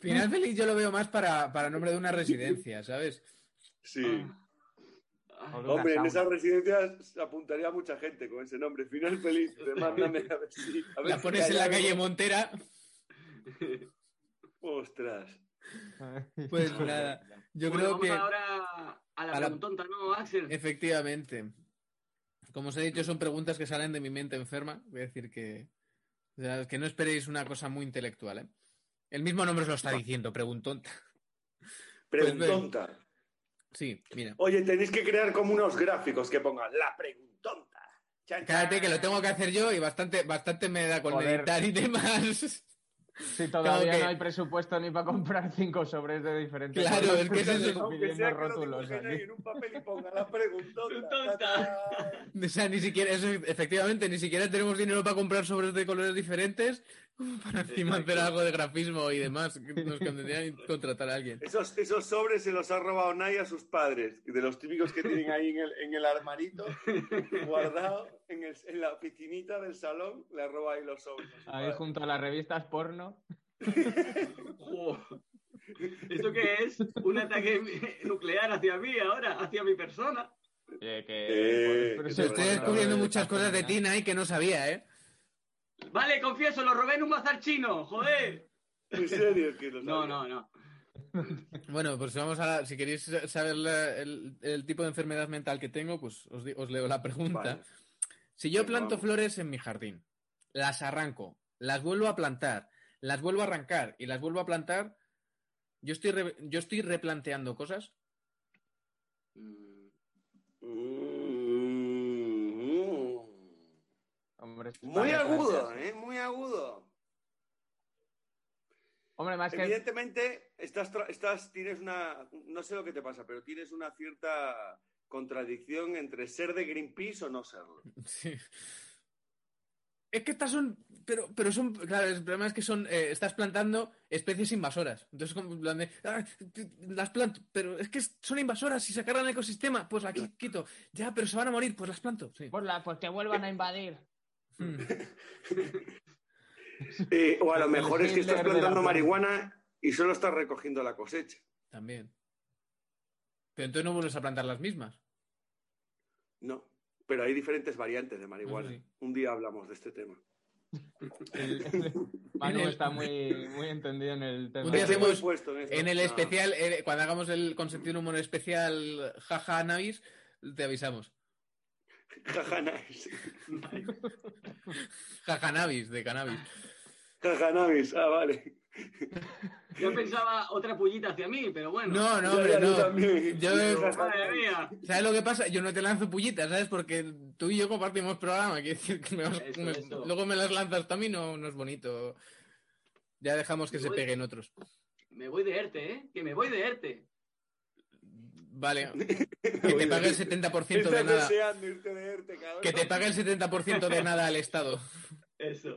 Speaker 3: Final feliz yo lo veo más para, para nombre de una residencia, ¿sabes?
Speaker 5: Sí.
Speaker 2: Ah.
Speaker 4: O de una
Speaker 5: Ah. Hombre, en
Speaker 4: sauna.
Speaker 5: esas residencias se apuntaría mucha gente con ese nombre. Final feliz, demándame a ver si. a ver
Speaker 3: La
Speaker 5: si
Speaker 3: pones
Speaker 5: hay
Speaker 3: en la
Speaker 5: algo.
Speaker 3: calle Montera.
Speaker 5: Ostras.
Speaker 3: Pues nada, yo
Speaker 2: Bueno,
Speaker 3: creo
Speaker 2: vamos
Speaker 3: que
Speaker 2: ahora a la
Speaker 3: a la- Eh.
Speaker 2: preguntonta, ¿no, Axel?
Speaker 3: efectivamente, como os he dicho, son preguntas que salen de mi mente enferma. Voy a decir que, o sea, que no esperéis una cosa muy intelectual. ¿eh? El mismo nombre os lo está diciendo, preguntón. Pues
Speaker 5: Preguntonta.
Speaker 3: Sí, mira.
Speaker 5: Oye, tenéis que crear como unos gráficos que pongan la preguntonta. Chan, chan.
Speaker 3: Cállate que lo tengo que hacer yo y bastante, bastante me da con
Speaker 4: Joder.
Speaker 3: meditar y demás.
Speaker 4: Si todavía
Speaker 3: Claro que-
Speaker 4: no hay presupuesto ni para comprar cinco sobres de diferentes.
Speaker 3: Claro,
Speaker 4: colores,
Speaker 3: es que es
Speaker 4: pues
Speaker 3: eso.
Speaker 4: estamos
Speaker 5: Aunque
Speaker 4: pidiendo
Speaker 5: sea que lo
Speaker 4: rótulos
Speaker 5: dibujen
Speaker 4: aquí.
Speaker 5: ahí en un papel y ponga la preguntonta.
Speaker 2: Preguntonta.
Speaker 5: Tatán.
Speaker 3: O sea, ni siquiera, eso, es- efectivamente, ni siquiera tenemos dinero para comprar sobres de colores diferentes como para encima hacer algo de grafismo y demás. que Nos convendría contratar a alguien.
Speaker 5: Esos, esos sobres se los ha robado Nay a sus padres, de los típicos que tienen ahí en el, en el armarito, guardado en, el- en la piscinita del salón, le roba ahí los sobres. a su
Speaker 4: Ahí
Speaker 5: padre.
Speaker 4: junto a las revistas porno.
Speaker 2: Jo. ¿Esto qué es? Un ataque nuclear hacia mí ahora, hacia mi persona.
Speaker 4: Oye,
Speaker 5: Eh,
Speaker 4: que-
Speaker 5: que
Speaker 4: pero
Speaker 5: te
Speaker 3: Se estoy
Speaker 4: eso
Speaker 5: bueno,
Speaker 4: es porno,
Speaker 3: descubriendo
Speaker 4: no,
Speaker 3: muchas
Speaker 4: no,
Speaker 3: cosas de
Speaker 4: no.
Speaker 3: ti, Nay, que no sabía, ¿eh?
Speaker 2: Vale, confieso, lo robé en un bazar chino, joder.
Speaker 5: En serio, que lo
Speaker 2: No,
Speaker 5: sabía.
Speaker 2: no, no.
Speaker 3: Bueno, pues vamos a. Si queréis saber la- el, el tipo de enfermedad mental que tengo, pues os, di- os leo la pregunta.
Speaker 5: Vale.
Speaker 3: Si yo
Speaker 5: Venga,
Speaker 3: planto
Speaker 5: vamos.
Speaker 3: flores en mi jardín, las arranco, las vuelvo a plantar, las vuelvo a arrancar y las vuelvo a plantar, yo estoy, re- yo estoy replanteando cosas.
Speaker 2: Mm,
Speaker 5: Mm, mm.
Speaker 4: Hombre,
Speaker 5: Muy
Speaker 4: varias
Speaker 5: agudo,
Speaker 4: gracias.
Speaker 5: ¿eh? Muy agudo.
Speaker 4: Hombre, más que
Speaker 5: Evidentemente, estás, tra- estás, tienes una, no sé lo que te pasa, pero tienes una cierta contradicción entre ser de Greenpeace o no serlo.
Speaker 3: Sí. Es que estas son, pero, pero son, claro, el problema es que son, eh, estás plantando especies invasoras. Entonces, como en plan de, "Ah, las planto, pero es que son invasoras y se cargan el ecosistema, pues las qui- quito. Ya, pero se van a morir, pues las planto. Sí.
Speaker 4: Pues, la- pues que vuelvan a invadir.
Speaker 3: Mm.
Speaker 5: Eh, o a lo
Speaker 4: El
Speaker 5: mejor es que estás
Speaker 4: Hitler de la
Speaker 5: plantando
Speaker 4: planta.
Speaker 5: marihuana y solo estás recogiendo la cosecha.
Speaker 3: También. Pero entonces no vuelves a plantar las mismas.
Speaker 5: No, pero hay diferentes variantes de marihuana.
Speaker 3: Eso sí.
Speaker 5: Un día hablamos de este tema.
Speaker 4: El- el- Manu está muy, muy entendido en el tema.
Speaker 3: Un día
Speaker 5: Estoy
Speaker 3: hacemos-
Speaker 5: muy puesto en, esto.
Speaker 3: En el
Speaker 5: No.
Speaker 3: especial, eh, cuando hagamos el con sentido humor especial jaja Navis, te avisamos.
Speaker 5: Jajanais.
Speaker 3: Jaja Navis de cannabis.
Speaker 5: Jajanais, ah, vale.
Speaker 2: Yo pensaba otra pullita hacia mí, pero bueno.
Speaker 3: No, no,
Speaker 5: Ya,
Speaker 3: hombre,
Speaker 5: ya, yo
Speaker 3: no.
Speaker 5: también.
Speaker 3: Yo he-
Speaker 2: Madre
Speaker 5: Jajanais.
Speaker 2: mía.
Speaker 3: ¿Sabes lo que pasa? Yo no te lanzo pullitas, ¿sabes? Porque tú y yo compartimos programa. Quiero decir que me vas-
Speaker 2: Eso,
Speaker 3: me-
Speaker 2: eso.
Speaker 3: luego me las lanzas tú a mí, no, no es bonito. Ya dejamos que se
Speaker 2: Voy-
Speaker 3: peguen otros.
Speaker 2: Me voy de ERTE, ¿eh? Que me voy de ERTE.
Speaker 3: Vale, que te pague el 70% de
Speaker 5: Estás
Speaker 3: nada.
Speaker 5: deseando irte de ERTE, cabrón.
Speaker 3: Que te pague el 70% de nada al Estado.
Speaker 2: Eso.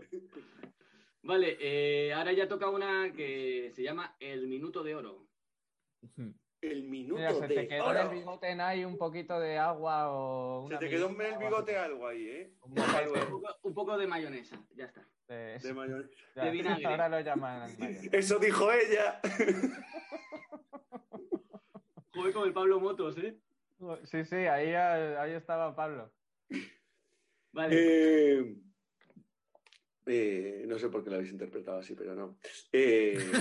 Speaker 2: Vale, eh, ahora ya toca una que se llama El Minuto de Oro.
Speaker 5: El minuto
Speaker 4: Mira, se te
Speaker 5: de
Speaker 4: quedó en el
Speaker 5: oro.
Speaker 4: bigote en ahí un poquito de agua o
Speaker 5: Se
Speaker 4: una
Speaker 5: te quedó en
Speaker 4: mirinda
Speaker 5: el
Speaker 4: o
Speaker 5: bigote
Speaker 4: algo.
Speaker 5: algo ahí, ¿eh?
Speaker 4: Un mojete
Speaker 2: Un poco, un poco de mayonesa, ya está.
Speaker 4: de-
Speaker 5: De mayor-
Speaker 4: Eh, ya,
Speaker 2: de vinagre.
Speaker 4: Ahora lo llaman. mayonesa.
Speaker 5: Eso dijo ella.
Speaker 2: Jugué con el Pablo Motos, ¿eh?
Speaker 4: Sí, sí, ahí, ahí estaba Pablo.
Speaker 2: Vale.
Speaker 5: Eh, eh, no sé por qué lo habéis interpretado así, pero no. Eh,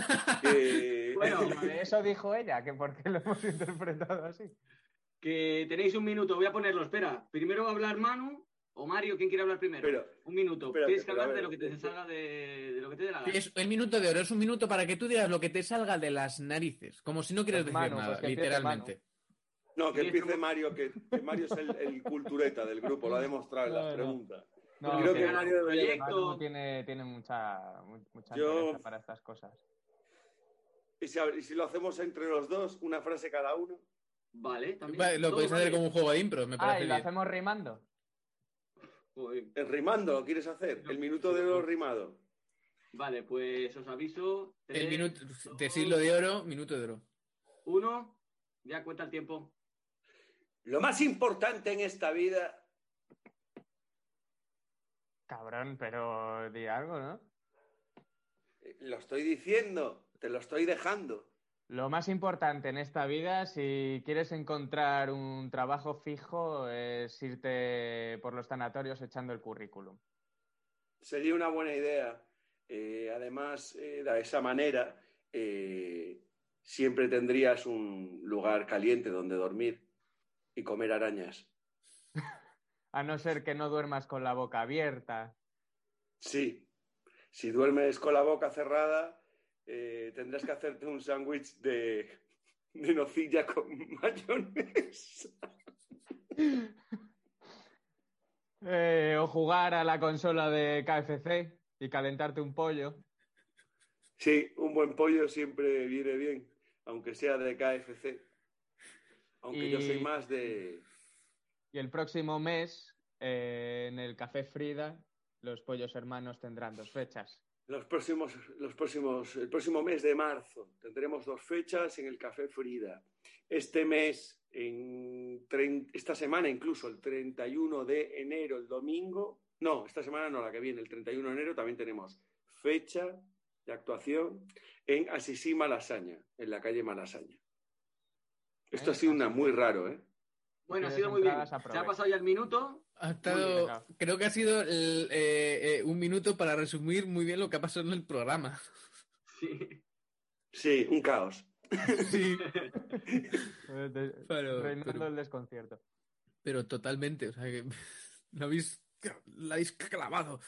Speaker 5: eh,
Speaker 2: Bueno,
Speaker 4: Eso dijo ella, que por qué lo hemos interpretado así.
Speaker 2: que tenéis un minuto, voy a ponerlo, espera. Primero va a hablar Manu o Mario, ¿quién quiere hablar primero?
Speaker 5: Pero-
Speaker 2: un minuto.
Speaker 5: espérate,
Speaker 2: Tienes que
Speaker 5: pero a
Speaker 2: hablar de
Speaker 5: ver.
Speaker 2: lo
Speaker 5: eh,
Speaker 2: que te salga de, de lo que te dé la gana.
Speaker 3: Es el minuto de oro, es un minuto para que tú digas lo que te salga de las narices, como si no quieres
Speaker 4: Pues
Speaker 3: decir
Speaker 4: Manu,
Speaker 3: nada,
Speaker 4: pues que empiece
Speaker 3: literalmente.
Speaker 5: no, que empiece Mario, que, que Mario es el, el cultureta del grupo, lo ha demostrado en las
Speaker 4: No, no.
Speaker 5: preguntas.
Speaker 4: No,
Speaker 5: Creo
Speaker 4: que
Speaker 5: que Mario debería-
Speaker 2: proyecto.
Speaker 4: Manu tiene, tiene mucha, mu- mucha
Speaker 5: Yo-
Speaker 4: entereza para estas cosas.
Speaker 5: ¿Y si, y si lo hacemos entre los dos, una frase cada uno?
Speaker 2: Vale, también.
Speaker 3: Vale, lo
Speaker 2: Todo
Speaker 3: podéis hacer
Speaker 2: vale.
Speaker 3: como un juego de impro, me
Speaker 4: Ah,
Speaker 3: parece
Speaker 4: y lo
Speaker 3: bien.
Speaker 4: hacemos rimando.
Speaker 2: Joder.
Speaker 5: Eh, Rimando, ¿lo quieres hacer? El minuto de oro rimado.
Speaker 2: Vale, pues os aviso.
Speaker 3: El
Speaker 2: Tres,
Speaker 3: minuto de
Speaker 2: dos,
Speaker 3: siglo de oro, minuto de oro.
Speaker 2: Uno, ya cuenta el tiempo.
Speaker 5: Lo más importante en esta vida.
Speaker 4: Cabrón, pero di algo, ¿no?
Speaker 5: eh, Lo estoy diciendo, te lo estoy dejando.
Speaker 4: Lo más importante en esta vida, si quieres encontrar un trabajo fijo, es irte por los sanatorios echando el currículum.
Speaker 5: Sería una buena idea. Eh, además, eh, de esa manera, eh, siempre tendrías un lugar caliente donde dormir y comer arañas.
Speaker 4: A no ser que no duermas con la boca abierta.
Speaker 5: Sí, si duermes con la boca cerrada, eh, tendrás que hacerte un sándwich de, de nocilla con mayonesa.
Speaker 4: Eh, o jugar a la consola de KFC y calentarte un pollo.
Speaker 5: Sí, un buen pollo siempre viene bien, aunque sea de KFC. Aunque yo soy
Speaker 4: Y-
Speaker 5: más de...
Speaker 4: Y el próximo mes, eh, en el Café Frida, los pollos hermanos tendrán dos fechas.
Speaker 5: Los próximos, los próximos, el próximo mes de marzo tendremos dos fechas en el Café Frida. Este mes, en tren- esta semana incluso, el 31 de enero, el domingo. No, esta semana no, la que viene, el 31 de enero también tenemos fecha de actuación en Asisí Malasaña, en la calle Malasaña. Esto
Speaker 4: Eh,
Speaker 5: ha sido una muy raro, ¿eh?
Speaker 2: Bueno, ha
Speaker 4: quieres
Speaker 2: sido muy bien.
Speaker 4: entradas,
Speaker 2: Se ha
Speaker 4: aprovecha.
Speaker 2: pasado ya el minuto.
Speaker 3: Ha
Speaker 4: Muy bien,
Speaker 3: estado,
Speaker 4: venga.
Speaker 3: creo que ha sido el, eh, eh, un minuto para resumir muy bien lo que ha pasado en el programa.
Speaker 2: Sí.
Speaker 5: Sí, un caos.
Speaker 3: Sí,
Speaker 4: Eh, de-
Speaker 3: pero,
Speaker 4: reinando
Speaker 3: pero-
Speaker 4: el desconcierto.
Speaker 3: pero totalmente, o sea que lo habéis, lo habéis clavado.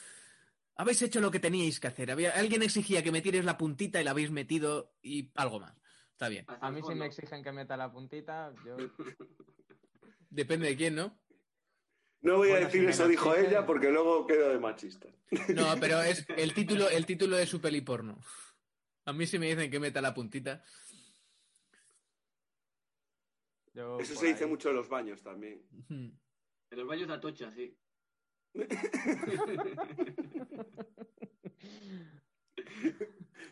Speaker 3: Habéis hecho lo que teníais que hacer. Había- alguien exigía que metierais la puntita y la habéis metido y algo más. Está bien.
Speaker 2: hasta
Speaker 4: A
Speaker 2: el
Speaker 4: mí si
Speaker 2: fondo.
Speaker 4: me exigen que meta la puntita, yo...
Speaker 3: Depende de quién, ¿no?
Speaker 5: No voy
Speaker 4: Bueno,
Speaker 5: a decir
Speaker 4: si me
Speaker 5: eso,
Speaker 4: lo
Speaker 5: dijo
Speaker 4: exigen-
Speaker 5: ella, porque luego quedo de machista.
Speaker 3: No, pero es el título, el título de su peli porno. A mí si me dicen que meta la puntita.
Speaker 4: yo
Speaker 5: Eso
Speaker 4: por
Speaker 5: se dice
Speaker 4: ahí.
Speaker 5: mucho en los baños también.
Speaker 3: mm,
Speaker 2: En los baños de Atocha, sí.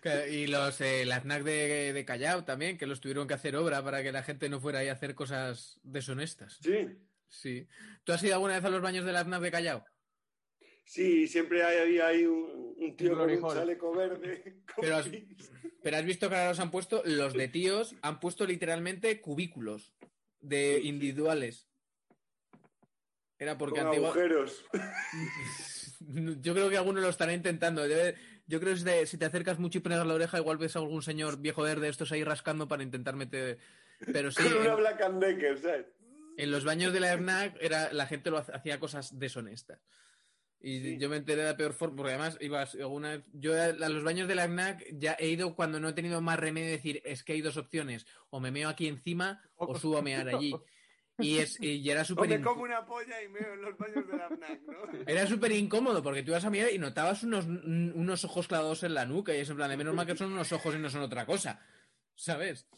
Speaker 3: que- Y los eh, las NAC de, de Callao también, que los tuvieron que hacer obra para que la gente no fuera ahí a hacer cosas deshonestas.
Speaker 5: Sí.
Speaker 3: Sí. ¿Tú has ido alguna vez a los baños de las NAC de Callao?
Speaker 5: Sí, siempre hay, había ahí un, un tío
Speaker 4: Un
Speaker 5: con un
Speaker 4: glorijol.
Speaker 5: chaleco verde. con
Speaker 3: Pero has-
Speaker 5: pins.
Speaker 3: Pero has visto que ahora los han puesto, los de tíos han puesto literalmente cubículos de
Speaker 5: Sí, sí.
Speaker 3: individuales. Era porque
Speaker 5: con
Speaker 3: antigua-
Speaker 5: agujeros.
Speaker 3: Yo creo que algunos lo estará intentando. Yo, yo creo que si te, si te acercas mucho y pones la oreja, igual ves a algún señor viejo verde estos ahí rascando para intentar meter. Pero sí,
Speaker 5: con una
Speaker 3: en,
Speaker 5: Black and Decker, ¿sabes?
Speaker 3: en los baños de la ERNAC era, la gente lo ha- hacía cosas deshonestas. Y
Speaker 5: Sí.
Speaker 3: yo me enteré de la peor forma, porque además ibas alguna vez- Yo a, a los baños de la ERNAC ya he ido cuando no he tenido más remedio de decir, es que hay dos opciones, o me meo aquí encima o subo a mear allí. Y, es, y era
Speaker 5: O
Speaker 3: súper
Speaker 5: me
Speaker 3: inc-
Speaker 5: como una polla y meo en los baños de la FNAC, ¿no?
Speaker 3: Era súper incómodo porque tú ibas a mirar y notabas unos, un- unos ojos clavados en la nuca y es en plan de menos mal que son unos ojos y no son otra cosa. ¿Sabes?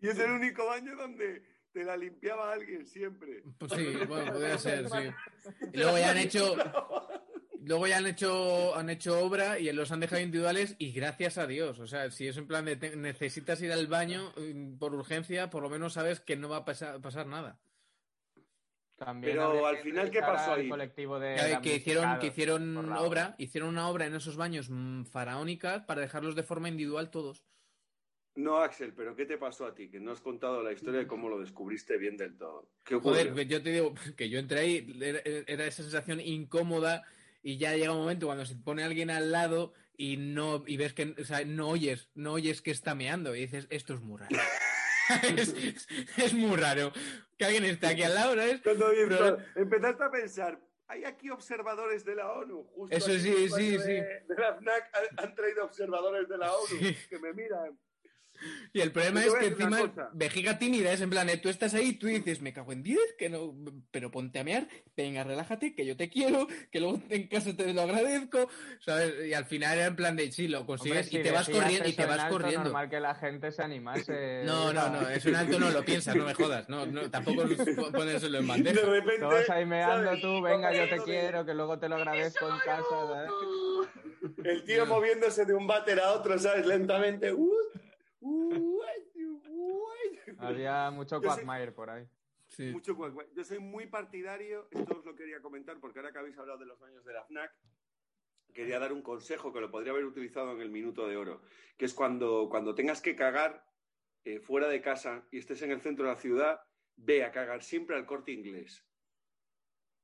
Speaker 5: Y es el único baño donde te la limpiaba alguien siempre.
Speaker 3: Pues sí, bueno, podría ser, sí. Y luego ya han hecho, luego ya han hecho, han hecho obra y los han dejado individuales y gracias a Dios. O sea, si es en plan de te- necesitas ir al baño eh, por urgencia, por lo menos sabes que no va a pasar, pasar nada.
Speaker 4: También
Speaker 5: Pero
Speaker 4: habría
Speaker 5: al
Speaker 4: que
Speaker 5: final, ¿qué
Speaker 4: entrevistar
Speaker 5: pasó
Speaker 4: al
Speaker 5: ahí?
Speaker 4: colectivo de
Speaker 3: Ya ve que hicieron,
Speaker 4: damnificados
Speaker 3: que hicieron
Speaker 4: por la
Speaker 3: obra, hicieron una obra en esos baños mm, faraónicas para dejarlos de forma individual todos.
Speaker 5: No, Axel, pero ¿qué te pasó a ti? Que no has contado la historia de cómo lo descubriste bien del todo. ¿Qué ocurrió?
Speaker 3: Joder, que yo te digo que yo entré ahí, era, era esa sensación incómoda y ya llega un momento cuando se pone alguien al lado y no y ves que o sea, no oyes, no oyes que está meando y dices, esto es muy raro. es, es- es muy raro que alguien esté aquí al lado, ¿sabes?
Speaker 5: Cuando
Speaker 3: Pero-
Speaker 5: empezaste a pensar, hay aquí observadores de la ONU. Justo
Speaker 3: Eso
Speaker 5: aquí
Speaker 3: sí,
Speaker 5: en el
Speaker 3: sí,
Speaker 5: barrio De, de la FNAC han, han traído observadores de la ONU
Speaker 3: Sí.
Speaker 5: que me miran.
Speaker 3: Y el problema
Speaker 5: Yo
Speaker 3: es
Speaker 5: te voy a
Speaker 3: que
Speaker 5: decir una
Speaker 3: encima,
Speaker 5: cosa.
Speaker 3: vejiga tímida es en plan, eh, tú estás ahí, tú dices, me cago en 10, que no, pero ponte a mear, venga, relájate, que yo te quiero, que luego en casa te lo agradezco, ¿sabes? Y al final era en plan de, sí, lo
Speaker 4: Hombre,
Speaker 3: consigues
Speaker 4: si
Speaker 3: y te vas
Speaker 4: decías
Speaker 3: corriendo, y
Speaker 4: eso
Speaker 3: te
Speaker 4: en
Speaker 3: vas
Speaker 4: alto,
Speaker 3: corriendo.
Speaker 4: normal que la gente se animase.
Speaker 3: No, no, no,
Speaker 4: ¿sabes?
Speaker 3: eso en alto no lo piensas, no me jodas, no, no, tampoco pon- pon eso en
Speaker 5: Y
Speaker 3: bandeja.
Speaker 5: de repente.
Speaker 4: Todos ahí meando
Speaker 5: ¿sabes?
Speaker 4: tú, venga, yo te
Speaker 5: Corriendo de-
Speaker 4: quiero, que luego te lo agradezco en casa. ¿sabes?
Speaker 5: El tío moviéndose de un váter a otro, ¿sabes? Lentamente. Uh, uh, uh,
Speaker 4: Había mucho
Speaker 5: Yo sí-
Speaker 4: Quagmire por ahí.
Speaker 3: Sí.
Speaker 5: Mucho guac, guac. Yo soy muy partidario, esto os lo quería comentar, porque ahora que habéis hablado de los baños de la FNAC, quería dar un consejo que lo podría haber utilizado en el minuto de oro, que es cuando, cuando tengas que cagar eh, fuera de casa y estés en el centro de la ciudad, ve a cagar siempre al corte inglés.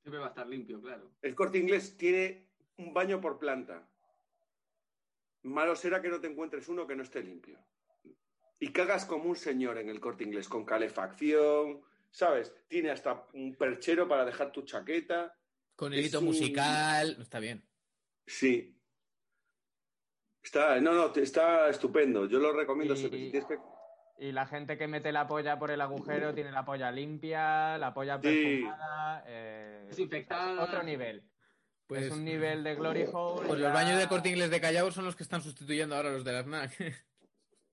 Speaker 2: Siempre va a estar limpio, claro.
Speaker 5: El corte inglés tiene un baño por planta. Malo será que no te encuentres uno que no esté limpio. Y cagas como un señor en el corte inglés, con calefacción, ¿sabes? Tiene hasta un perchero para dejar tu chaqueta.
Speaker 3: Con el hito
Speaker 5: es un-
Speaker 3: musical, está bien.
Speaker 5: Sí. Está, no, no, te- está estupendo. Yo lo recomiendo
Speaker 4: Y-
Speaker 5: siempre. Si tienes que-
Speaker 4: Y la gente que mete la polla por el agujero tiene la polla limpia, la polla
Speaker 5: Sí.
Speaker 4: perfumada. eh,
Speaker 2: Desinfectada.
Speaker 4: es Otro nivel.
Speaker 3: Pues,
Speaker 4: es un nivel de glory hole.
Speaker 3: pues los
Speaker 4: ya-
Speaker 3: baños de corte inglés de Callao son los que están sustituyendo ahora los de las NAC.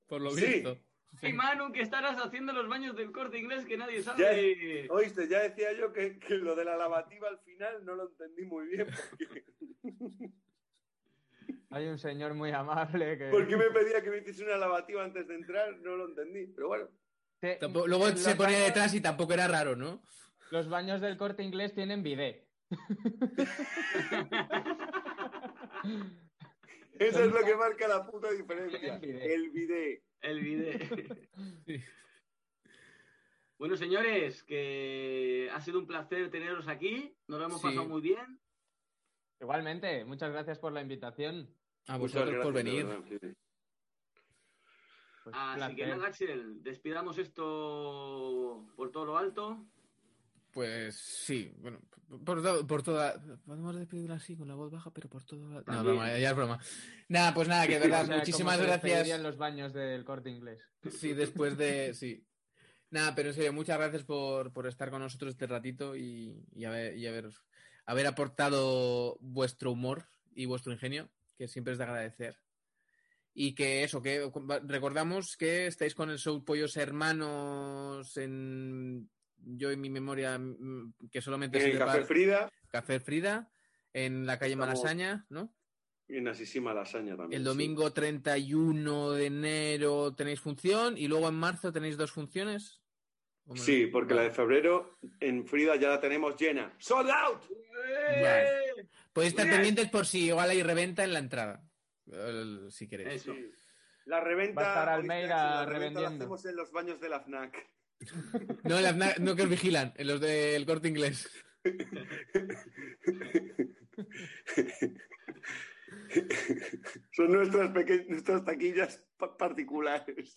Speaker 3: Por lo
Speaker 5: Sí.
Speaker 3: visto.
Speaker 2: Y Manu, que estarás haciendo los baños del corte inglés que nadie sabe.
Speaker 5: Ya- uh. Oíste, ya decía yo que, que lo de la lavativa al final no lo entendí muy bien.
Speaker 4: Eh.
Speaker 5: Porque...
Speaker 4: Hay un señor muy amable que.
Speaker 5: ¿Por qué me pedía que me hiciese una lavativa antes de entrar? No lo entendí, pero bueno.
Speaker 4: Te-
Speaker 3: Tampo- luego
Speaker 4: los
Speaker 3: se ponía
Speaker 4: baños-
Speaker 3: detrás y tampoco era raro, ¿no?
Speaker 4: Los baños del corte inglés tienen bidet.
Speaker 5: Eso es lo que marca la puta diferencia.
Speaker 4: El bidet.
Speaker 5: El bidet.
Speaker 2: El video.
Speaker 3: Sí.
Speaker 2: bueno, señores, que ha sido un placer teneros aquí. Nos lo hemos
Speaker 3: Sí.
Speaker 2: pasado muy bien.
Speaker 4: Igualmente, muchas gracias por la invitación.
Speaker 3: A vosotros
Speaker 5: Muchas
Speaker 3: por
Speaker 5: gracias,
Speaker 3: venir.
Speaker 5: de verdad, sí.
Speaker 4: Pues,
Speaker 2: Así
Speaker 4: placer.
Speaker 2: Ah, que nada, Axel, despidamos esto por todo lo alto.
Speaker 3: Pues sí, bueno, por, todo- por toda. Podemos despedirla así, con la voz baja, pero por toda. No,
Speaker 2: También.
Speaker 3: broma, ya es broma. Nada, pues nada, que de
Speaker 4: O
Speaker 3: verdad,
Speaker 4: sea,
Speaker 3: muchísimas
Speaker 4: ¿cómo se despedirían
Speaker 3: gracias.
Speaker 4: los baños del corte inglés.
Speaker 3: Sí, después de. Sí. Nada, pero en serio, muchas gracias por, por estar con nosotros este ratito y, y haber, y haber, haber aportado vuestro humor y vuestro ingenio, que siempre es de agradecer. Y que eso, que recordamos que estáis con el show Pollos Hermanos en. Yo en mi memoria, mm, que solamente
Speaker 5: En
Speaker 3: sirve
Speaker 5: el Café
Speaker 3: para-
Speaker 5: Frida
Speaker 3: Café Frida, en la calle
Speaker 5: Estamos-
Speaker 3: Malasaña, ¿no?
Speaker 5: y en Asisima Lasaña también.
Speaker 3: El
Speaker 5: sí.
Speaker 3: domingo 31 de enero tenéis función y luego en marzo tenéis dos funciones. ¿O me
Speaker 5: Sí,
Speaker 3: lo-
Speaker 5: porque la de febrero en Frida ya la tenemos llena. ¡Sold out!
Speaker 3: Vale. Podéis estar
Speaker 5: Bien.
Speaker 3: pendientes por si igual hay reventa en la entrada, el- si queréis.
Speaker 2: Eso.
Speaker 5: Sí. La reventa.
Speaker 4: Va a estar
Speaker 5: Mauricio,
Speaker 4: Almeida
Speaker 5: la
Speaker 4: revendiendo.
Speaker 5: La hacemos en los baños de la FNAC. Eh.
Speaker 3: No, en las na- no que os vigilan, en los del corte inglés.
Speaker 5: Son nuestras, peque- nuestras taquillas pa- particulares.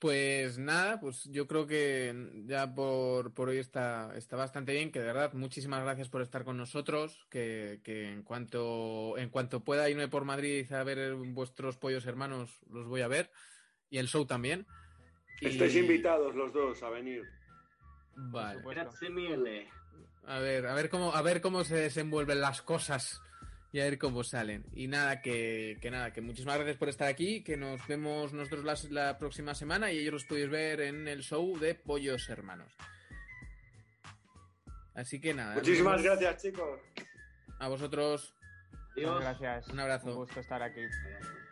Speaker 3: Pues nada, pues yo creo que ya por, por hoy está, está bastante bien, que de verdad, muchísimas gracias por estar con nosotros, que, que en cuanto, en cuanto pueda irme por Madrid a ver vuestros pollos hermanos, los voy a ver, y el show también. Y-
Speaker 5: Estáis invitados los dos a venir.
Speaker 3: Vale.
Speaker 4: Por supuesto.
Speaker 2: Grazie mille.
Speaker 3: A ver, a ver cómo, a ver cómo se desenvuelven las cosas y a ver cómo salen. Y nada, que, que nada, que muchísimas gracias por estar aquí, que nos vemos nosotros las- la, próxima semana y ellos los podéis ver en el show de Pollos Hermanos. Así que nada,
Speaker 5: Muchísimas
Speaker 3: nos vemos.
Speaker 5: gracias, chicos.
Speaker 3: a vosotros.
Speaker 4: Muchas
Speaker 2: Adiós.
Speaker 4: gracias.
Speaker 3: Un abrazo.
Speaker 4: Un gusto estar aquí.
Speaker 2: Gracias.